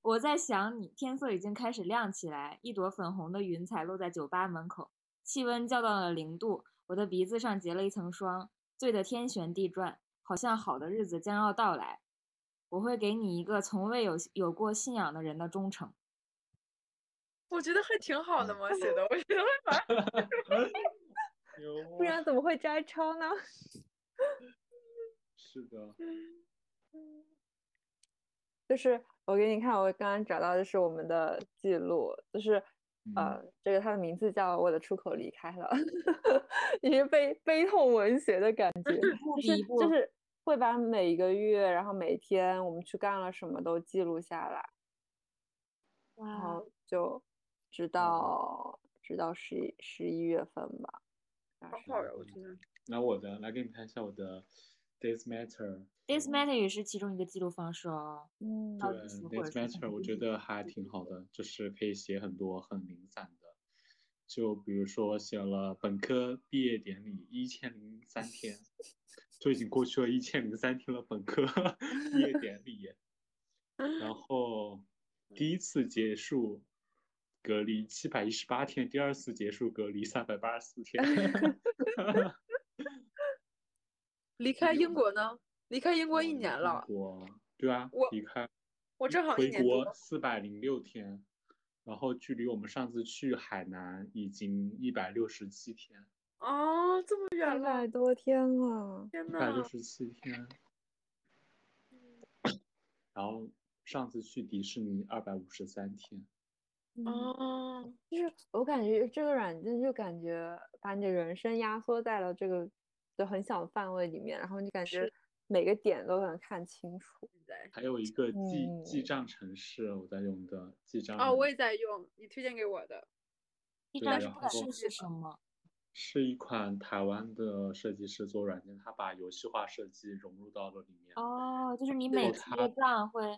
B: 我在想你，天色已经开始亮起来，一朵粉红的云彩落在酒吧门口，气温降到了零度，我的鼻子上结了一层霜，醉得天旋地转，好像好的日子将要到来。我会给你一个从未有有过信仰的人的忠诚。
C: 我觉得还挺好的嘛，写的，我觉得还蛮
A: 哎
D: 不然怎么会摘抄呢？
A: 是的，
D: 就是我给你看，我刚刚找到就是我们的记录，就是
A: 嗯
D: 呃，这个它的名字叫《我的出口离开了》， 一个悲悲痛文学的感觉，
B: 不
D: 嗯就是
B: 比不
D: 就是会把每一个月，然后每天我们去干了什么都记录下来，然后就直到直到十一十一月份吧，大概
C: 好
D: 是
C: 好呀，我觉得。
A: 来我的，来给你看一下我的 Days Matter。
B: This matter 也是其中一个记录方式哦。
D: 嗯
A: 对
B: 到底是嗯或者
A: Days
B: 是很
A: Matter，我觉得还挺好的，就是可以写很多很零散的，就比如说写了本科毕业典礼一千零三天，就已经过去了一千零三天了，本科毕业典礼。 然后
B: 嗯
A: 第一次结束隔离七百一十八天，第二次结束隔离三百八十四 天。
C: 离开
A: 有
C: 英国呢？离开英国一
A: 嗯
C: 年
A: 英
C: 了，
A: 国对啊，
C: 我
A: 离开
C: 我正好一
A: 回
C: 年
A: 国
C: 多。
A: 四百零六天，然后距离我们上次去海南已经一百六十七天，
C: 哦，这么远
D: 一
C: 了，
D: 百多天了，
C: 天
A: 一百六
C: 呐！
A: 十七
C: 嗯
A: 天。 然后上次去迪士尼二百五十三天，
D: 嗯。
C: 哦，
D: 就是我感觉这个软件就感觉把你的人生压缩在了这个就很小的范围里面，然后你感觉
C: 是
D: 每个点都能看清楚。
A: 还有一个记记
D: 嗯
A: 账城市，我在用的记账
C: 哦，
A: 城
C: 我也在用你推荐给我的。
B: 一
A: 对
B: 张
A: 然
B: 是
A: 后
B: 是是
D: 嗯
B: 什么？
A: 是一款台湾的设计师做软件，他把游戏化设计融入到了里面。
B: 哦，就是你
A: 对
B: 每
A: 我
B: 次
A: 看
B: 结账会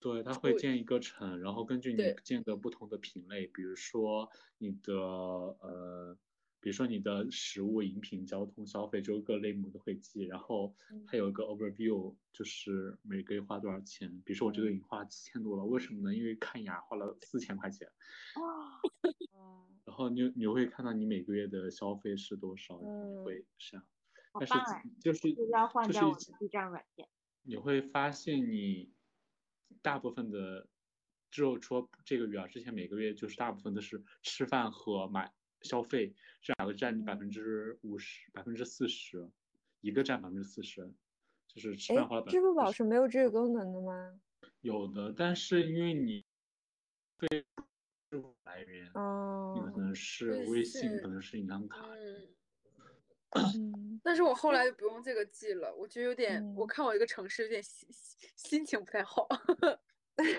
A: 对，它会
C: 对
A: 建一个城，然后根据你
C: 对
A: 建的不同的品类，比如说你的呃，比如说你的食物、饮品、交通、消费，就各类目都会记。然后
B: 嗯
A: 它有一个 overview，就是每个月花多少钱。比如说我
B: 嗯
A: 这个已经花七千多了，为什么呢？因为看牙花了四千块钱。
B: 哦，
A: 然后你你会看到你每个月的消费是多少，然后你
D: 嗯
A: 会这样。
B: 好
A: 但是
B: 棒哎！
A: 就是
B: 就是要换
A: 就是
B: 掉
A: 一
B: 我的记账软件。
A: 你会发现你大部分的，只有说这个月啊，之前每个月就是大部分的是吃饭和买消费，这两个占你百分之五十、百分之四十，一个占百分之四十，就是吃
D: 哎
A: 饭花了，百分
D: 支
A: 之
D: 付宝是没有这个功能的吗？
A: 有的，但是因为你对支付来源，你
D: 哦，
A: 可能是
C: 微
A: 微信，
C: 信
A: 可能是银行卡，
C: 嗯，
D: 嗯
C: 但是我后来就不用这个记了，我觉得有点，我
D: 嗯
C: 看我这个城市有点心心心情不太好。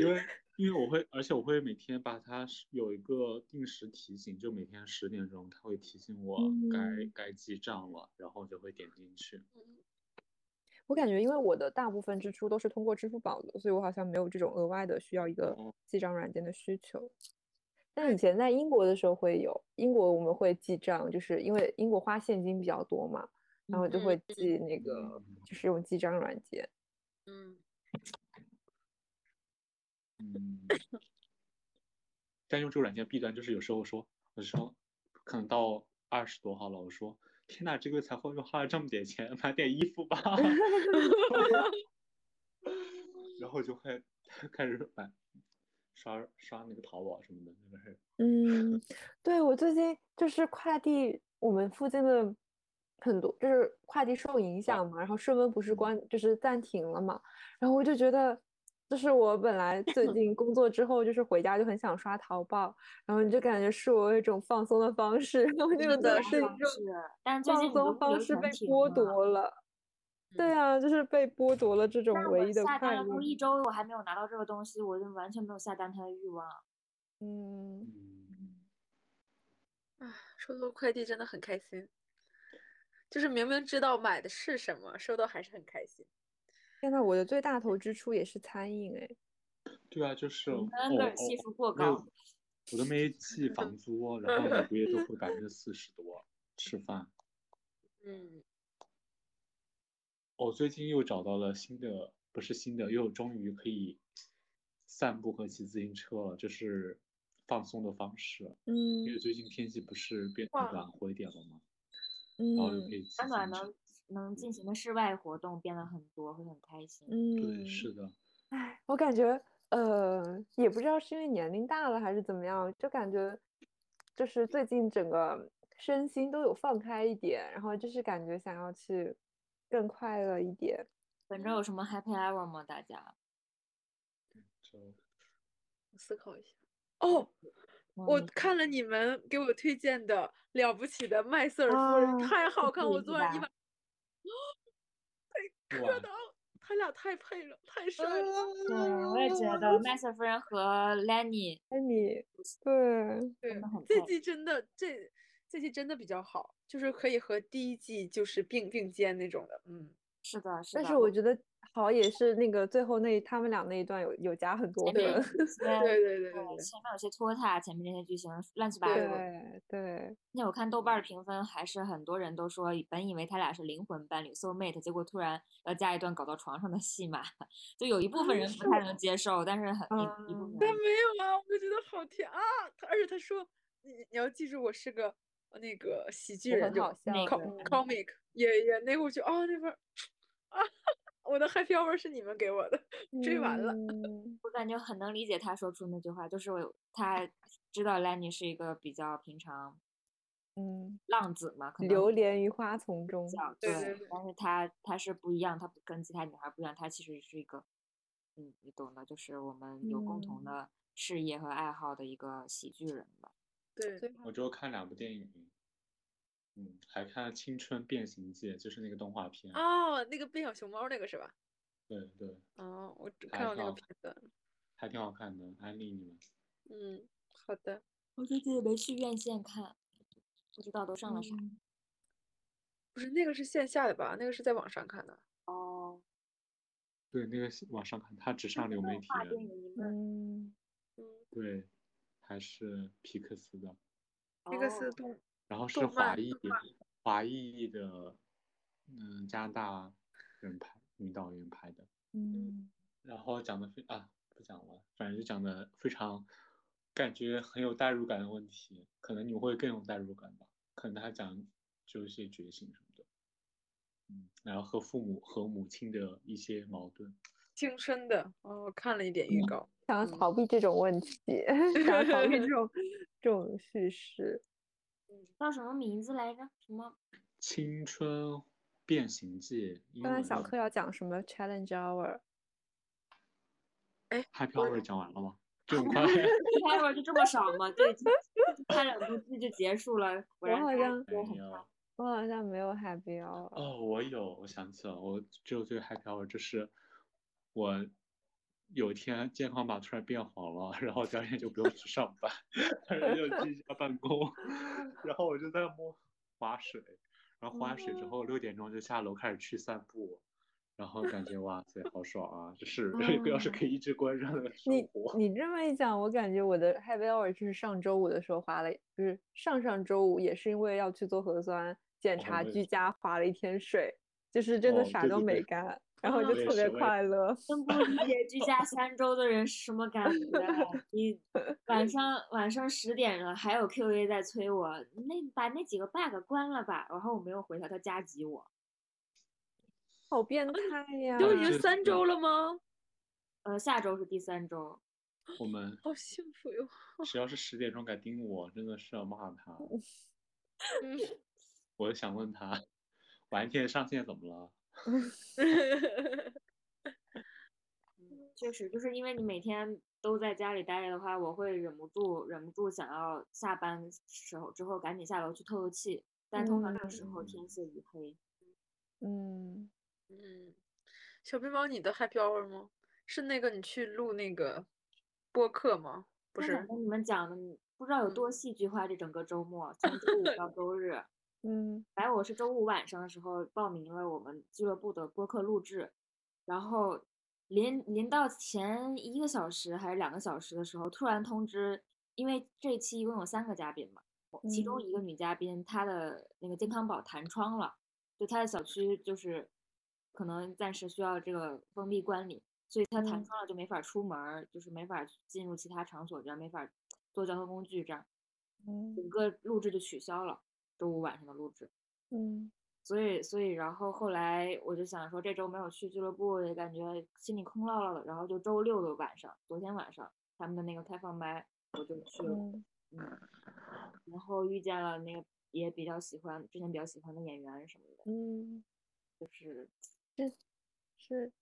A: 因为因为我会，而且我会每天把它是有一个定时提醒，就每天十点钟，它会提醒我该、
D: 嗯
A: 该记账了，然后就会点进去。
D: 我感觉，因为我的大部分支出都是通过支付宝的，所以我好像没有这种额外的需要一个
A: 哦
D: 记账软件的需求。
C: 哎
D: 但以前在英国的时候会有，英国我们会记账，就是因为英国花现金比较多嘛，然后就
C: 嗯
D: 会记那个，
A: 嗯
D: 就是用记账软件。
C: 嗯，
A: 嗯，但用这个软件弊端就是有时候我说，我说可能到二十多号了，我说天呐，这个月才花花了这么点钱，买点衣服吧， 然后就会 开始买刷刷那个淘宝什么的，那个是
D: 嗯，对，我最近就是快递，我们附近的很多就是快递受影响嘛，然后顺丰不是
A: 嗯
D: 关就是暂停了嘛，然后我就觉得，就是我本来 最近工作之后，就是回家就很想刷淘宝，然后你就感觉是我一种放松的方式，然后就
C: 嗯
D: 觉得
C: 对
D: 是一
B: 方
D: 种
B: 式，但是最近
D: 放
B: 你都
D: 松方式被剥夺了。对
C: 嗯
D: 啊，就是被剥夺了这种
B: 但
D: 唯
B: 我
D: 一的
B: 下
D: 快
B: 单了
D: 乐
B: 都。一周，我还没有拿到这个东西，我就完全没有下单它的欲望。
D: 嗯，
A: 嗯。
C: 收到快递真的很开心，就是明明知道买的是什么，收到还是很开心。
D: 天呐，我的最大头支出也是餐饮诶。
A: 对啊，就是
B: 你
D: 嗯
A: 我
D: 哦
B: 们嗯个人系数过高，
A: 我我都没记 房租，然后每个月都会百分之四十多吃饭。
C: 嗯，
A: 我、最近又找到了新的，不是新的，又终于可以散步和骑自行车了，这是放松的方式。
D: 嗯
A: 因为最近天气不是变
C: 哇
A: 暖和一点了吗？然后
B: 哦
A: 就可
D: 嗯
A: 以骑自
B: 暖暖
A: 行车
B: 能。能进行的室外活动变得很多，会很开心。
A: 对，
D: 嗯。
A: 是的，
D: 唉，我感觉，呃，也不知道是因为年龄大了还是怎么样，就感觉就是最近整个身心都有放开一点，然后就是感觉想要去更快乐一点。
B: 本周有什么 happy hour 吗？大家？
A: 就
C: 我思考一下。哦，我看了你们给我推荐的《了不起的麦瑟尔夫人》，
D: 啊
C: 太好看！
B: 是
C: 我
B: 的
C: 昨晚一晚
A: 哇
C: 磕， 到，他俩太配了，太帅了。
B: 对，我也觉得
D: 嗯
B: 麦瑟夫人和 Lenny
D: 那哎你对，
C: 对
B: 真的很，
C: 这
B: 配
C: 季真的这这季真的比较好，就是可以和第一季就是并并肩那种的。嗯，
B: 是的，是的。
D: 但是我觉得好也是那个最后那他们俩那一段有有加很多
B: 前面有
D: 分
B: 一，些
C: 对对对对
B: 对，
C: 对，
B: 前面有些拖沓，前面那些剧情乱七八糟。
C: 对
B: 而
D: 对对，
B: 且我看豆瓣儿的评分，还是很多人都说，本以为他俩是灵魂伴侣 soul mate，结果突然要加一段搞到床上的戏码， 就有一部分
C: 啊
B: 人
C: 是
B: 不太能接受，但是很一一部
D: 嗯
B: 分
C: 但
B: 人
C: 没有啊，我就觉得好甜啊！他而且他说，你你要记住，我是个呃那个喜剧
D: 我
C: 人，
D: 很
C: 就
D: 好笑
B: 那
C: co-
B: 个
C: comic 也也那个，我就啊那份儿 啊，我的 happy hour 是你们给我的，追完了。
D: 嗯
B: 我感觉很能理解他说出那句话，就是我他知道 Lenny 是一个比较平常
D: 嗯，
B: 浪子嘛，可能
D: 流连于花丛中，
B: 较
C: 对
B: 对，
C: 对对
B: 但是他他是不一样，他不跟其他女孩不一样，他其实是一个，嗯，你懂的，就是我们有共同
D: 嗯
B: 的事业和爱好的一个喜剧人吧。
C: 对，
D: 最后
A: 我就看两部电影，嗯，还看了《青春变形记》，就是那个动画片。
B: 啊
C: 哦，那个变小熊猫那个是吧？
A: 对对，
C: 哦，我只
A: 还
C: 看到
A: 挺
C: 那个
A: 好
C: 片段。
A: 还挺好看的，安利你们。
C: 嗯，好的。
B: 我最近没去院线看，不知道都上了啥。
D: 嗯
C: 不是那个是线下的吧？那个是在网上看的。
B: 哦，
A: 对，那个是网上看，它只
B: 那
A: 上流媒
B: 动
A: 体
B: 画
A: 的，
B: 电影们，
D: 嗯。
C: 嗯，
A: 对，还是皮克斯的，
C: 那个是
B: 哦
C: 动
A: 然后是
C: 动
A: 华
C: 漫
A: 裔，华裔的，嗯，加拿大人拍女导演拍的，
D: 嗯，
A: 然后讲的非啊不讲了，反正就讲的非常，感觉很有代入感的问题，可能你会更有代入感吧，可能他讲就一些觉醒什么的，嗯，然后和父母和母亲的一些矛盾，
C: 青春的。哦，我看了一点预告。
D: 想要
C: 嗯
D: 逃避这种问题， 想要逃避 这种这种叙事。
B: 嗯叫什么名字来着？什么？
A: 《青春变形记》，英
D: 刚才
A: 文
D: 小
A: 是
D: 课要讲什么 challenge hour？
A: Happy
C: 我
A: Hour 讲完了吗？这么快？
B: 一开本就这么少吗？对，就就看两部剧就结束了，果
D: 我
B: 然
D: 好
B: 大家
D: 像
B: 都很
A: 没有
D: 我好像没有海边哦，
A: 哦，我有，我想起了，我只有最 happy hour 就是我有一天健康码突然变黄了，然后第二天就不用去上班，但是要居家办公，然后我就在摸划水，然后划完
D: 嗯
A: 水之后六点钟就下楼开始去散步，然后感觉哇塞好爽啊，就是 一个要是可以一直关上的生
D: 嗯你
A: 活，
D: 你这么一讲，我感觉我的 happy hour 就是上周五的时候花了，就是上上周五也是因为要去做核酸检
A: 哦
D: 查，
A: 我也
D: 居家花了一天水，就是真的
A: 哦
D: 啥
A: 对
D: 都
A: 对对
D: 没干，然后
B: 啊
D: 就
A: 我也
D: 特别
A: 是我也
D: 快乐。
B: 真不理解居家三周的人是什么感觉。啊 你晚上晚上十点了，还有 QA 在催我，那把那几个 bug 关了吧。然后我没有回他，他加急我。
D: 好变态呀！
C: 都已经
A: 是
C: 三
A: 的
C: 周了吗？
B: 呃，下周是第三周，
A: 我们
C: 好幸福哟！
A: 只要是十点钟敢盯我，真的是要骂他。
C: 嗯，
A: 我就想问他，晚一天上线怎么了？
B: 确实就是因为你每天都在家里待着的话，我会忍不住忍不住想要下班时候之后赶紧下楼去透透气。但通常这个时候天色已黑，
D: 嗯，
C: 嗯，小冰猫，你的 Happy Hour 吗？是那个你去录那个播客吗？不
B: 刚
C: 是嗯
B: 想，跟你们讲的，不知道有多戏剧化这整个周末，从周五到周日。
D: 嗯，
B: 来，我是周五晚上的时候报名了我们俱乐部的播客录制，然后临临到前一个小时还是两个小时的时候，突然通知，因为这期一共有三个嘉宾嘛，我其中
D: 嗯
B: 一个女嘉宾她的那个健康宝弹窗了，就她的小区就是可能暂时需要这个封闭管理，所以她弹
D: 嗯
B: 窗了就没法出门儿，就是没法进入其他场所，这样没法坐交通工具，这样整
D: 嗯
B: 个录制就取消了，周五晚上的录制。
D: 嗯
B: 所以，所以，然后后来我就想说，这周没有去俱乐部，也感觉心里空落落的。然后就周六的晚上，昨天晚上他们的那个开放麦，我就去了，
D: 嗯
B: 然后遇见了那个也比较喜欢，之前比较喜欢的演员什么的。
D: 嗯，就是是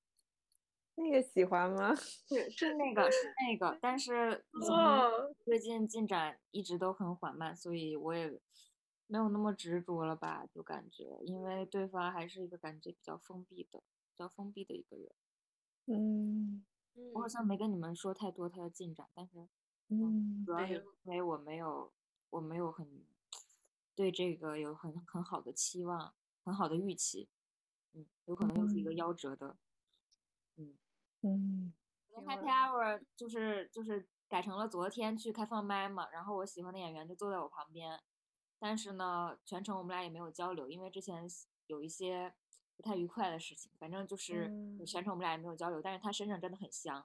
D: 那个喜欢吗？
B: 是是那个是哦那个，但是怎么
C: 哇，
B: 最近进展一直都很缓慢，所以我也没有那么执着了吧，就感觉，因为对方还是一个感觉比较封闭的、比较封闭的一个人。
D: 嗯
B: 我好像没跟你们说太多他的进展，但是
D: 嗯
B: 主要
C: 没
B: 是
C: 有
B: 因为我没有，我没有很对这个有很很好的期望，很好的预期，嗯，有可能又是一个
D: 嗯
B: 夭折的。
D: 嗯
B: 我的
C: 明
B: Happy
C: 白
B: Hour 就是就是改成了昨天去开放麦嘛，然后我喜欢的演员就坐在我旁边，但是呢，全程我们俩也没有交流，因为之前有一些不太愉快的事情，反正就是
D: 嗯
B: 全程我们俩也没有交流，但是他身上真的很香，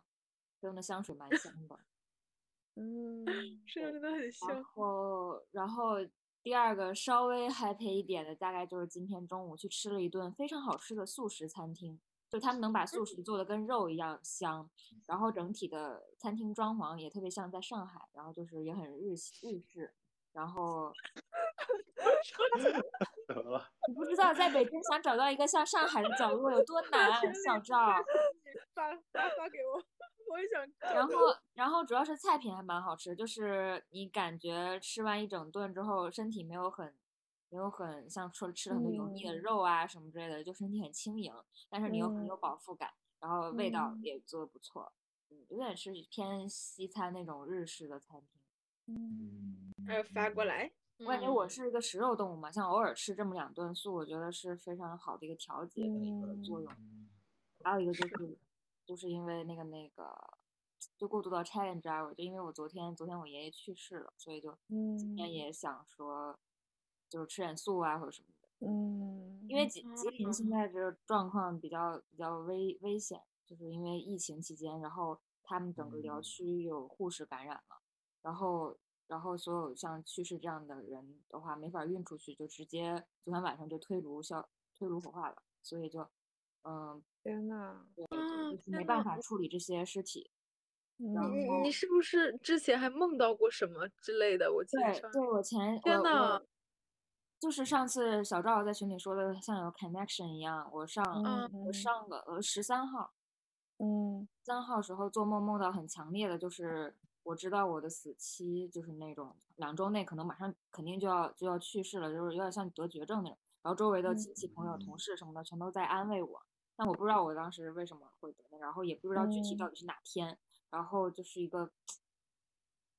B: 他用的香水蛮香的。
D: 嗯
C: 这样真的很
B: 然
C: 香。
B: 后，然后第二个稍微 happy 一点的，大概就是今天中午去吃了一顿非常好吃的素食餐厅，就他们能把素食做的跟肉一样香，然后整体的餐厅装潢也特别像在上海，然后就是也很日系日式，然后
A: 怎么了？
B: 你不知道在北京想找到一个像上海的角落有多难啊，小赵。
C: 发发发给我，我也想。
B: 然后，然后主要是菜品还蛮好吃，就是你感觉吃完一整顿之后，身体没有很，没有很像说吃了很多油腻的
D: 嗯
B: 肉啊什么之类的，就身体很轻盈，但是你又很有
D: 嗯
B: 饱腹感，然后味道
D: 嗯
B: 也做的不错，嗯，有点是偏西餐那种日式的餐厅。
D: 嗯
C: 呃，发过来。
B: 我感觉我
C: 嗯
B: 是一个食肉动物嘛，像偶尔吃这么两顿素，我觉得是非常好的一个调节的一个
D: 嗯
B: 作用。
A: 嗯
B: 还有一个就是，就是因为那个那个，就过渡到 challenge hour，就因为我昨天昨天我爷爷去世了，所以就今天
D: 嗯
B: 也想说，就是吃点素啊或者什么的。
D: 嗯，
B: 因为吉吉林现
C: 嗯
B: 在这个状况比较比较危危险，就是因为疫情期间，然后他们整个疗
A: 嗯
B: 区有护士感染了，然后然后所有像去世这样的人的话，没法运出去，就直接昨天晚上就推炉消推炉火化了，所以就嗯
D: 天呐，
C: 啊
B: 就是
C: 天
B: 没办
C: 呐
B: 法处理这些尸体。
C: 你
D: 嗯
C: 你你是不是之前还梦到过什么之类的？我记得
B: 对
C: 上。
B: 对，我前
C: 天
B: 我
C: 呐
B: 我就是上次小赵在群里说的，像有 connection 一样，我上
D: 嗯
B: 我上个呃十三号
D: 嗯
B: 三号时候做梦梦到很强烈的，就是我知道我的死期就是那种两周内可能马上肯定就要就要去世了，就是有点像得绝症那种。然后周围的亲戚、朋友、同事什么的全都在安慰我，但我不知道我当时为什么会得那个，然后也不知道具体
D: 嗯
B: 到底是哪天。然后就是一个，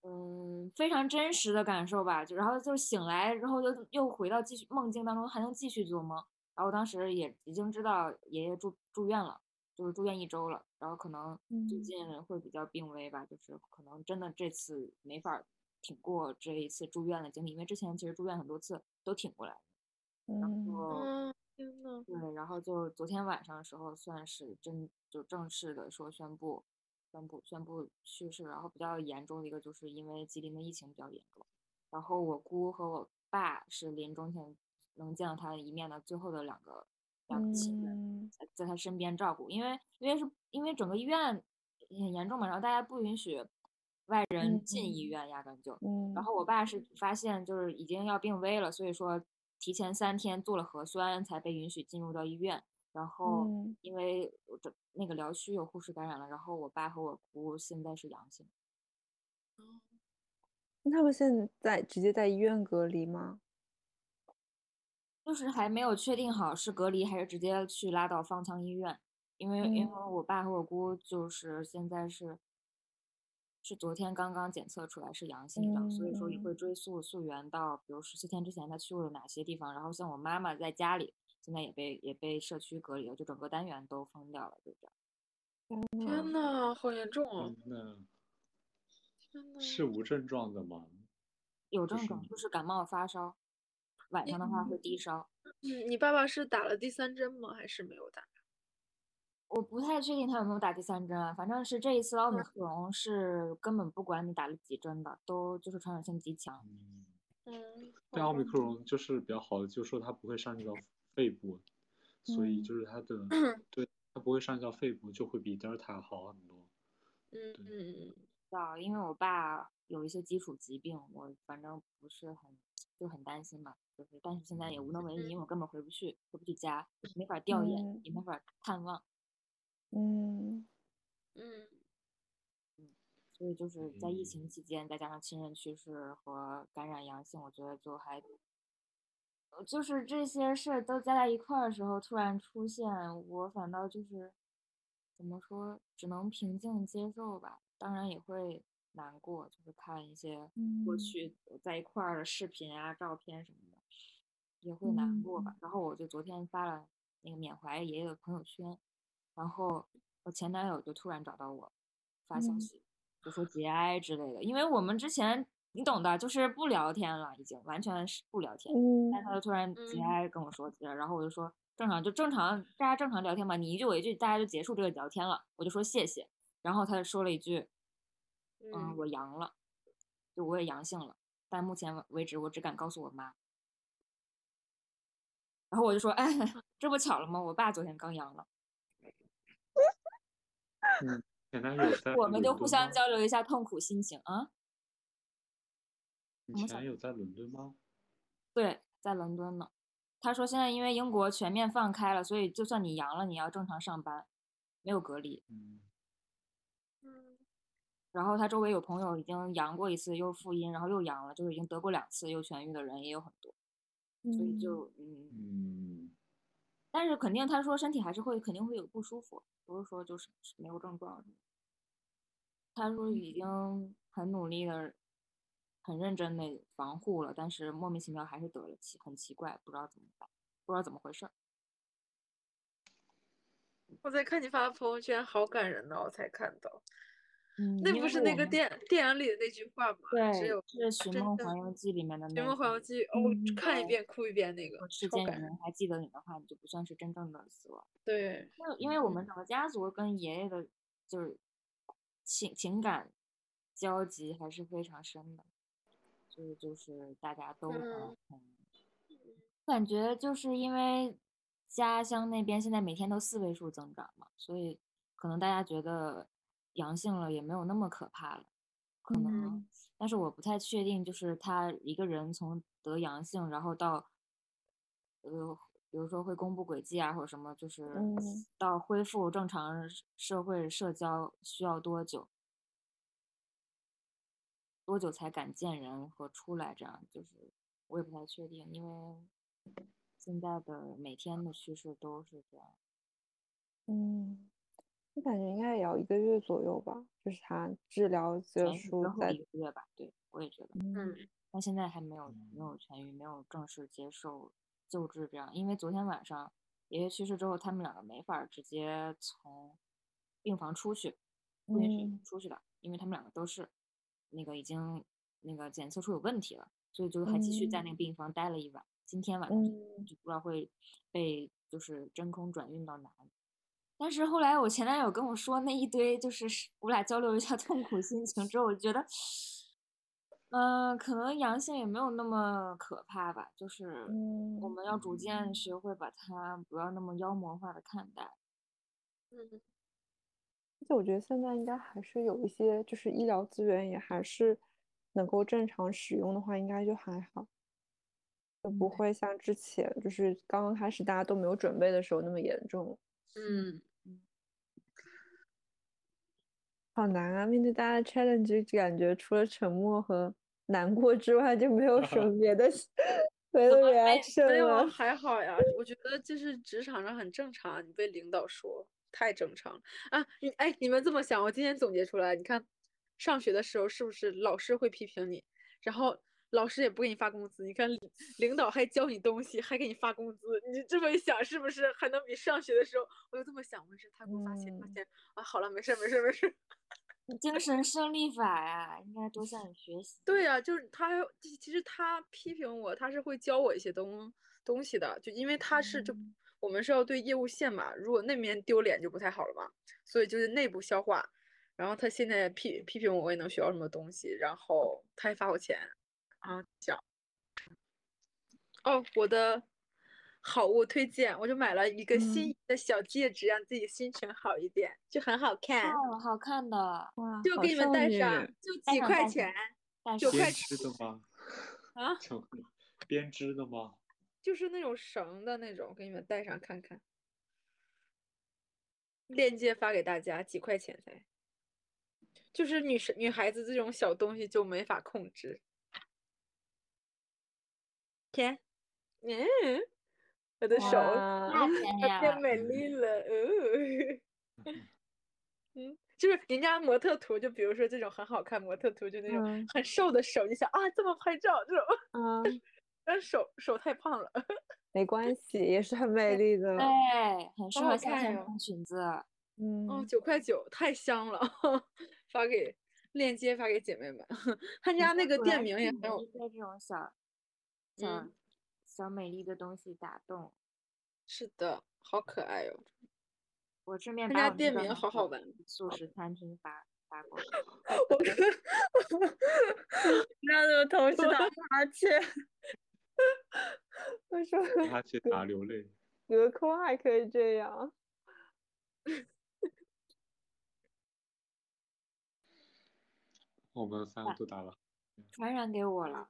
B: 嗯，非常真实的感受吧。就然后就醒来，然后又又回到继续梦境当中，还能继续做梦。然后当时也已经知道爷爷住住院了，就是住院一周了。然后可能最
D: 嗯
B: 近会比较病危吧，就是可能真的这次没法儿挺过这一次住院的经历，因为之前其实住院很多次都挺过来了。然
D: 嗯
B: 后
C: 嗯，天呐，
B: 对，然后就昨天晚上的时候，算是真就正式的说宣布，宣布宣布去世。然后比较严重的一个，就是因为吉林的疫情比较严重，然后我姑和我爸是临终前能见到他的一面的最后的两个两个亲人，
D: 嗯
B: 在在他身边照顾，因为因为是因为整个医院很严重嘛，然后大家不允许外人进医院，压根就。
D: 嗯，
B: 然后我爸是发现就是已经要病危了，所以说提前三天做了核酸才被允许进入到医院。然后
D: 嗯
B: 因为我这那个疗区有护士感染了，然后我爸和我姑现在是阳性，
D: 那他们现在直接在医院隔离吗？
B: 就是还没有确定好是隔离还是直接去拉到方舱医院，因为
A: 嗯
B: 因为我爸和我姑就是现在是。是昨天刚刚检测出来是阳性，然后所以说也
D: 嗯
B: 会追溯溯源到，比如十四天之前他去过了哪些地方。然后像我妈妈在家里，现在也被也被社区隔离了，就整个单元都封掉了，就这样。嗯
C: 天呐，好严重哦！
A: 那
C: 天呐，
A: 嗯是无症状的吗？
B: 有
A: 就
B: 症
A: 是
B: 状
A: 你
B: 就是感冒发烧，晚上的话会低烧。
C: 嗯，你爸爸是打了第三针吗？还是没有打？
B: 我不太确定他有没有打第三针啊，反正是这一次奥密克戎是根本不管你打了几针的，都就是传染性极强。
A: 嗯，
C: 嗯，
A: 但
C: 好
A: 奥密
C: 吧
A: 克
B: 哦
A: 戎就是比较好的，就是说它不会上升到肺部，所以
D: 嗯
A: 就是它的对它不会上升到肺部，就会比德尔塔好很多。
C: 嗯嗯嗯，
B: 到，啊因为我爸有一些基础疾病，我反正不是很就很担心嘛，就是但是现在也无能为力，因为我根本回不去，回不去家，没法调研，
D: 嗯
B: 也没法探望，
D: 嗯
C: 嗯
B: 所以就是在疫情
A: 嗯
B: 期间，再加上亲人去世和感染阳性，我觉得就还。呃就是这些事儿都加在一块儿的时候，突然出现，我反倒就是怎么说，只能平静接受吧。当然也会难过，就是看一些过
D: 嗯
B: 去在一块儿的视频啊、照片什么的，也会难过
D: 嗯
B: 吧。然后我就昨天发了那个缅怀爷爷的朋友圈，然后我前男友就突然找到我发消
D: 嗯
B: 息，就说节哀之类的，因为我们之前你懂的，就是不聊天了，已经完全是不聊天。但
D: 嗯
B: 他就突然节
C: 嗯
B: 哀跟我说这，然后我就说正常就正常，大家正常聊天嘛，你一句我一句，大家就结束这个聊天了。我就说谢谢，然后他说了一句，嗯，
C: 嗯，
B: 我阳了，就我也阳性了，但目前为为止我只敢告诉我妈。然后我就说，哎， 这不巧了吗？我爸昨天刚阳了，
A: 前男友在
B: 我们
A: 伦
B: 就互
A: 敦
B: 相
A: 吗
B: 交流一下痛苦心情啊。
A: 你
B: 我们
A: 前
B: 想
A: 男友在伦敦吗？
B: 对，在伦敦呢。他说现在因为英国全面放开了，所以就算你阳了，你要正常上班，没有隔离。
A: 嗯，
C: 嗯
B: 然后他周围有朋友已经阳过一次，又复阴，然后又阳了，就是已经得过两次又痊愈的人也有很多，所以就嗯，
A: 嗯，
B: 但是肯定他说身体还是会肯定会有不舒服，不是说就是没有症状什么的。他说已经很努力的、很认真的防护了，但是莫名其妙还是得了奇，很奇怪，不知道怎么办，不知道怎么回事儿。
C: 我在看你发的朋友圈，好感人呢，我才看到。
B: 嗯，
C: 那
B: 因
C: 不
B: 为
C: 是那
B: 我
C: 个
B: 们
C: 电电影里的那句话吗？只
B: 对，
C: 有
B: 哎是《寻
C: 真
B: 梦
C: 正
B: 环游记》里面的
C: 《寻
B: 那
C: 梦环游
B: 个
C: 记》，哦，
D: 嗯
C: 我看一遍哭一遍那个，
B: 世
C: 超
B: 间有
C: 感人。
B: 人还记得你的话，你就不算是真正的死亡。
C: 对，
B: 因为因为我
C: 嗯
B: 们整个家族跟爷爷的，就是情情感交集还是非常深的，所以就是大家都还
C: 嗯
B: 很，感觉就是因为家乡那边现在每天都四位数增长嘛，所以可能大家觉得阳性了也没有那么可怕了，可能，
C: 嗯
B: 但是我不太确定，就是他一个人从得阳性，然后到，呃，比如说会公布轨迹啊，或者什么，就是
D: 嗯
B: 到恢复正常社会社交需要多久？多久才敢见人和出来，这样就是我也不太确定，因为现在的每天的趋势都是这样。
D: 嗯，我感觉应该也要一个月左右吧，就是他治疗结
B: 痊愈
D: 束
B: 之后
D: 再
B: 一个月吧，对我也觉得。
D: 嗯
C: 嗯
B: 但现在还没有没有痊愈，没有正式接受救治，这样，因为昨天晚上爷爷去世之后，他们两个没法儿直接从病房出去，不允
D: 嗯
B: 许出去的，因为他们两个都是那个已经那个检测出有问题了，所以就还继续在那个病房待了一晚。今天晚上
D: 嗯
B: 就不知道会被就是真空转运到哪里。但是后来我前男友跟我说那一堆，就是是我俩交流一下 痛苦心情之后，我就觉得，嗯、可能阳性也没有那么可怕吧，就是
D: 嗯
B: 我们要逐渐学会把它不要那么妖魔化的看待。
C: 嗯，
D: 而且我觉得现在应该还是有一些，就是医疗资源也还是能够正常使用的话，应该就还好，就不
B: 嗯
D: 会像之前就是刚刚开始大家都没有准备的时候那么严重。
C: 嗯，
D: 好难啊！面对大家的 challenge，就感觉除了沉默和难过之外，就没有 什么别 的别的
C: 我没没
D: reaction
C: 有啊
D: 了。
C: 还好呀，我觉得就是职场上很正常，啊你被领导说太正常了啊。你哎，你们这么想，我今天总结出来，你看上学的时候是不是老师会批评你，然后老师也不给你发工资，你看领领导还教你东西，还给你发工资，你这么一想是不是还能比上学的时候？我就这么想，我是他给我发钱发
D: 嗯
C: 钱啊，好了，没事儿没事儿没事儿。
B: 精神胜利法呀、应该多向你学习。
C: 对呀、就是他还，其其实他批评我，他是会教我一些东东西的，就因为他是就
D: 嗯
C: 我们是要对业务线嘛，如果那边丢脸就不太好了嘛，所以就是内部消化。然后他现在批批评我，我也能学到什么东西，然后他还罚我钱，啊，讲。哦，我的好物推荐，我就买了一个心
D: 嗯
C: 仪的小戒指，让自己心情好一点，就很好看，
B: 哦，好看的，
D: 哇，
C: 就
D: 好
C: 给你们
D: 少
C: 戴
D: 女啊
C: 上，啊就
B: 戴
C: 几
B: 上
C: 块
B: 戴上
C: 钱
B: 但
C: 就是快
A: 编织的吗？
C: 啊。
A: 就编织的吗？
C: 就是那种绳的那种，给你们带上看看。链接发给大家，几块钱才。就是女生女孩子这种小东西就没法控制。天，嗯，我的手
D: 哇哎嗯
B: 那天
C: 它变
B: 哎呀，
C: 美丽了，哦。 嗯，就是人家模特图，就比如说这种很好看模特图，就那种
D: 嗯
C: 很瘦的手，你想啊，这么拍照这种，
D: 啊，
C: 但手手太胖了。
D: 没关系，也是很美丽的。
B: 对，很适
C: 好
B: 合夏
C: 看
B: 天
C: 哟
B: 穿裙子。
C: 哦，
D: 嗯，
C: 九块九，太香了！ 发给链接发给姐妹们。 他
B: 人
C: 家
D: 嗯
C: 那个
B: 果
C: 店
B: 然
C: 名
B: 是
C: 也
B: 你
C: 很
B: 们
C: 有，
B: 被这种小小、
C: 嗯，
B: 小美丽的东西打动。
C: 是的，好可爱哟、
B: 我顺便
C: 他
B: 把
C: 家
B: 我们
C: 店
B: 的
C: 名
B: 那
C: 好
B: 个
C: 好玩
B: 素食餐厅发发过去。
D: 让我同事打哈 欠。我说
A: 他去打流泪。
D: 隔空还可以这样。
A: 我们三个都打了。
B: 传染给我了，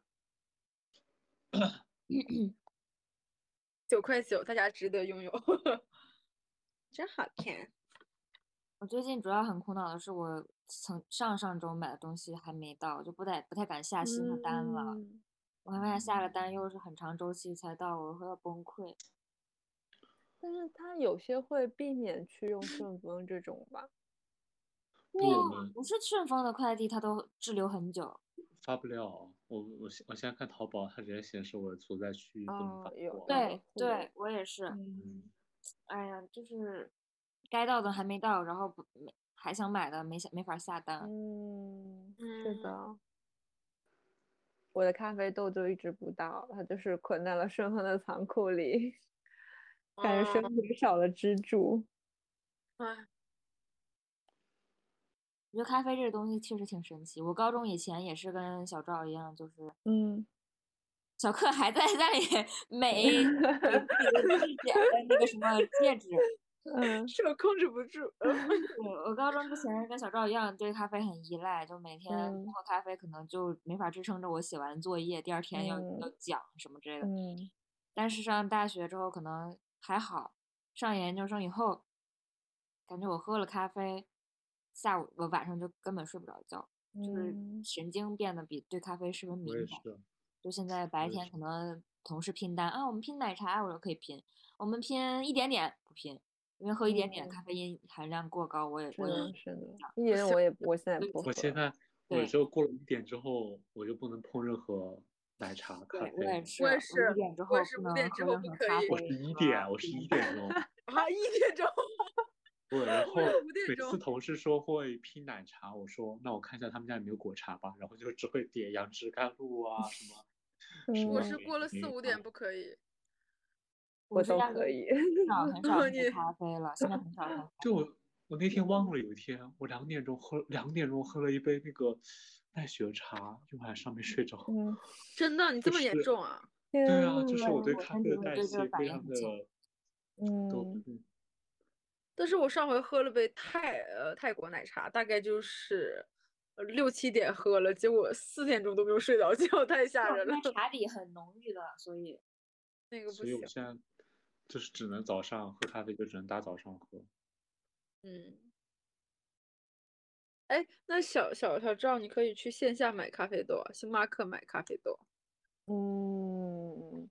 C: 九块九，大家值得拥有， 真好看。
B: 我最近主要很苦恼的是，我从上上周买的东西还没到，就不太不太敢下新的单了。
D: 嗯
B: 我害怕下了单又是很长周期才到，我会要崩溃。
D: 但是他有些会避免 去用顺丰这种吧。
A: 对我
B: 哇
A: 们
B: 不是顺丰的快递，它都滞留很久。
A: 发不了，我我现我现在看淘宝，它直接显示我的所在区域不能发
D: 哦有
A: 货。
B: 对
D: 那我，会
C: 哦
B: 对我也是。
D: 嗯，
B: 哎呀，就是该到的还没到，然后不没还想买的没下没法下单。
D: 嗯，是
C: 嗯
D: 的。我的咖啡豆就一直不到，它就是困在了顺丰的仓库里，感觉生
C: 哦
D: 活少了支柱。
C: 哎，
B: 我觉得咖啡这个东西确实挺神奇。我高中以前也是跟小赵一样，就是
D: 嗯，
B: 小克还在 那里美给 自己的指甲呃那个什么戒指。
D: 嗯
C: 是我控制不 住。
B: 对，我高中之前跟小赵一样，对咖啡很依赖，就每天不
D: 嗯
B: 喝咖啡可能就没法支撑着我写完作业，第二天要要
D: 嗯
B: 讲什么之类的。
D: 嗯
B: 但是上大学之后可能还好，上研究生以后，感觉我喝了咖啡，下午我晚上就根本睡不着觉。就是
D: 嗯
B: 神经变得比对咖啡是不是敏
A: 我也
B: 感？
A: 是，
B: 就现在白
A: 也
B: 天
A: 是
B: 可能同事拼单啊，我们拼奶茶，我说可以拼，我们拼一点点不拼，因为喝一点点
D: 嗯
B: 咖啡因含量过高，我也
D: 是
B: 我也
D: 的，是的，一点我也我现在
B: 所以
D: 不
A: 我
D: 喝了，
A: 现在
B: 对
A: 我就过了一点之后，我就不能碰任何奶茶、咖
B: 对我也
A: 啡。
B: 是，
C: 也
B: 一
C: 是
B: 点之
C: 我
B: 后
C: 也是
B: 不
C: 五
B: 能
C: 点之
B: 喝
C: 后
B: 任
C: 不
B: 何
C: 可
B: 咖
C: 以
B: 啡嗯
A: 我是一
B: 和
A: 点，我是
B: 冰
A: 一点钟。
C: 啊，一点钟，
A: 对，然
C: 我
A: 后
C: 是五点
A: 每
C: 钟
A: 次同事说会拼奶茶，我说那我看一下他们家有没有果茶吧，然后就只会点杨枝甘露啊什么。什
D: 嗯
A: 么
C: 我是
A: 莓
C: 过了
A: 莓
C: 四五
A: 啊
C: 点不可以。
D: 我
B: 是
D: 都
B: 压根
D: 可
B: 儿
D: 以。
B: 很少很少
C: 你
B: 喝咖啡了，现在很少喝咖
A: 对，我我那天忘了，有一天我两点钟喝，两点钟喝了一杯那个奈雪茶，一晚上没睡着。
D: 嗯，
C: 真的，你这
A: 就
C: 么严
A: 是
C: 重啊？
D: 对
A: 对啊，就是我
B: 嗯
A: 对
B: 我
A: 咖
B: 身
A: 啡的
B: 体会
A: 代
B: 对这个
A: 谢
B: 反
A: 非
B: 应
A: 常
B: 很
A: 的
B: 强
A: 都
D: 嗯，
C: 但是我上回喝了杯泰呃泰国奶茶，大概就是呃六七点喝了，结果四点钟都没有睡着觉， 太吓
B: 啡，
C: 人
B: 因
C: 了
B: 为。 茶里很浓郁的，所以
C: 那个不
A: 所以
C: 行
A: 我，现在就是只能早上喝咖啡，就只能大早上喝。
C: 嗯。哎，那小小小赵，你可以去线下买咖啡豆啊，星巴克买咖啡豆。
D: 嗯，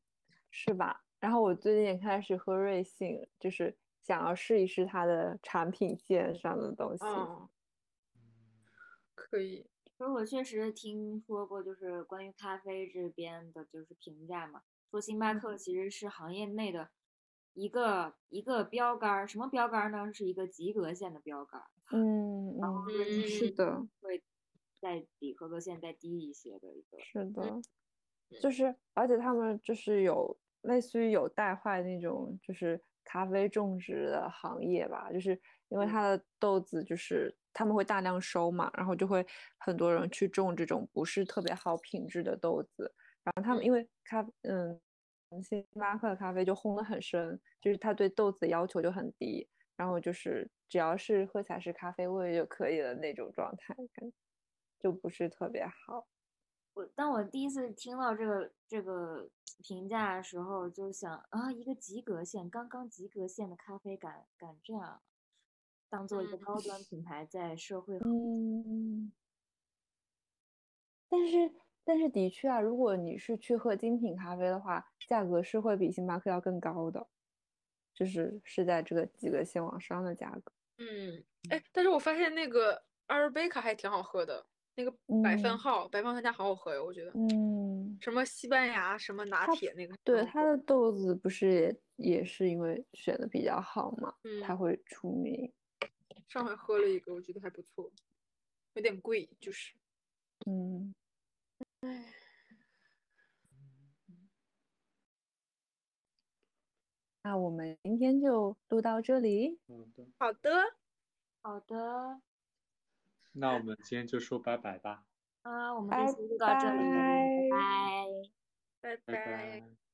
D: 是吧？然后我最近也开始喝瑞幸，就是想要试一试它的产品线上的东西。
C: 嗯，可以。嗯
B: 所以我确实听说过，就是关于咖啡这边的，就是评价嘛，说星
C: 嗯
B: 巴克其实是行业内的一个一个标杆儿，什么标杆儿呢？是一个及格线的标杆儿，
D: 嗯嗯，
B: 就是
D: 是
C: 嗯
D: 的，
B: 会在比合格线再低一些的一个。
D: 是的，就是而且他们就是有类似于有带坏那种就是咖啡种植的行业吧，就是因为
B: 嗯
D: 它的豆子就是他们会大量收嘛，然后就会很多人去种这种不是特别好品质的豆子，然后他们因为咖嗯。星巴克的咖啡就烘得很深，就是它对豆子的要求就很低，然后就是只要是喝起来是咖啡味就可以的那种状态，感觉就不是特别好。
B: 我当我第一次听到这个这个评价的时候，就想啊，一个及格线，刚刚及格线的咖啡敢敢这样，当做一个
C: 嗯
B: 高端品牌在社会和
D: 嗯，但是但是的确啊，如果你是去喝精品咖啡的话，价格是会比星巴克要更高的，就是是在这个几个线往上的价格。
C: 嗯，哎，但是我发现那个阿尔贝卡还挺好喝的，那个百番
D: 嗯
C: 号，百番号他家好好喝呀，我觉得。
D: 嗯，
C: 什么西班牙什么拿
D: 它
C: 铁那个还
D: 对，
C: 挺好
D: 它的豆子不是也也是因为选的比较好嘛，
C: 嗯，
D: 才会出名。
C: 上回喝了一个，我觉得还不错，有点贵，就是。
D: 嗯，那我们今天就录到这里，
A: 好的，
B: 好
C: 好的，
B: 的
A: 那我们今天就说拜拜吧，
B: 啊，我们
D: 拜
B: 这期录到这里，拜
D: 拜
B: 拜。
C: 拜
A: 拜拜。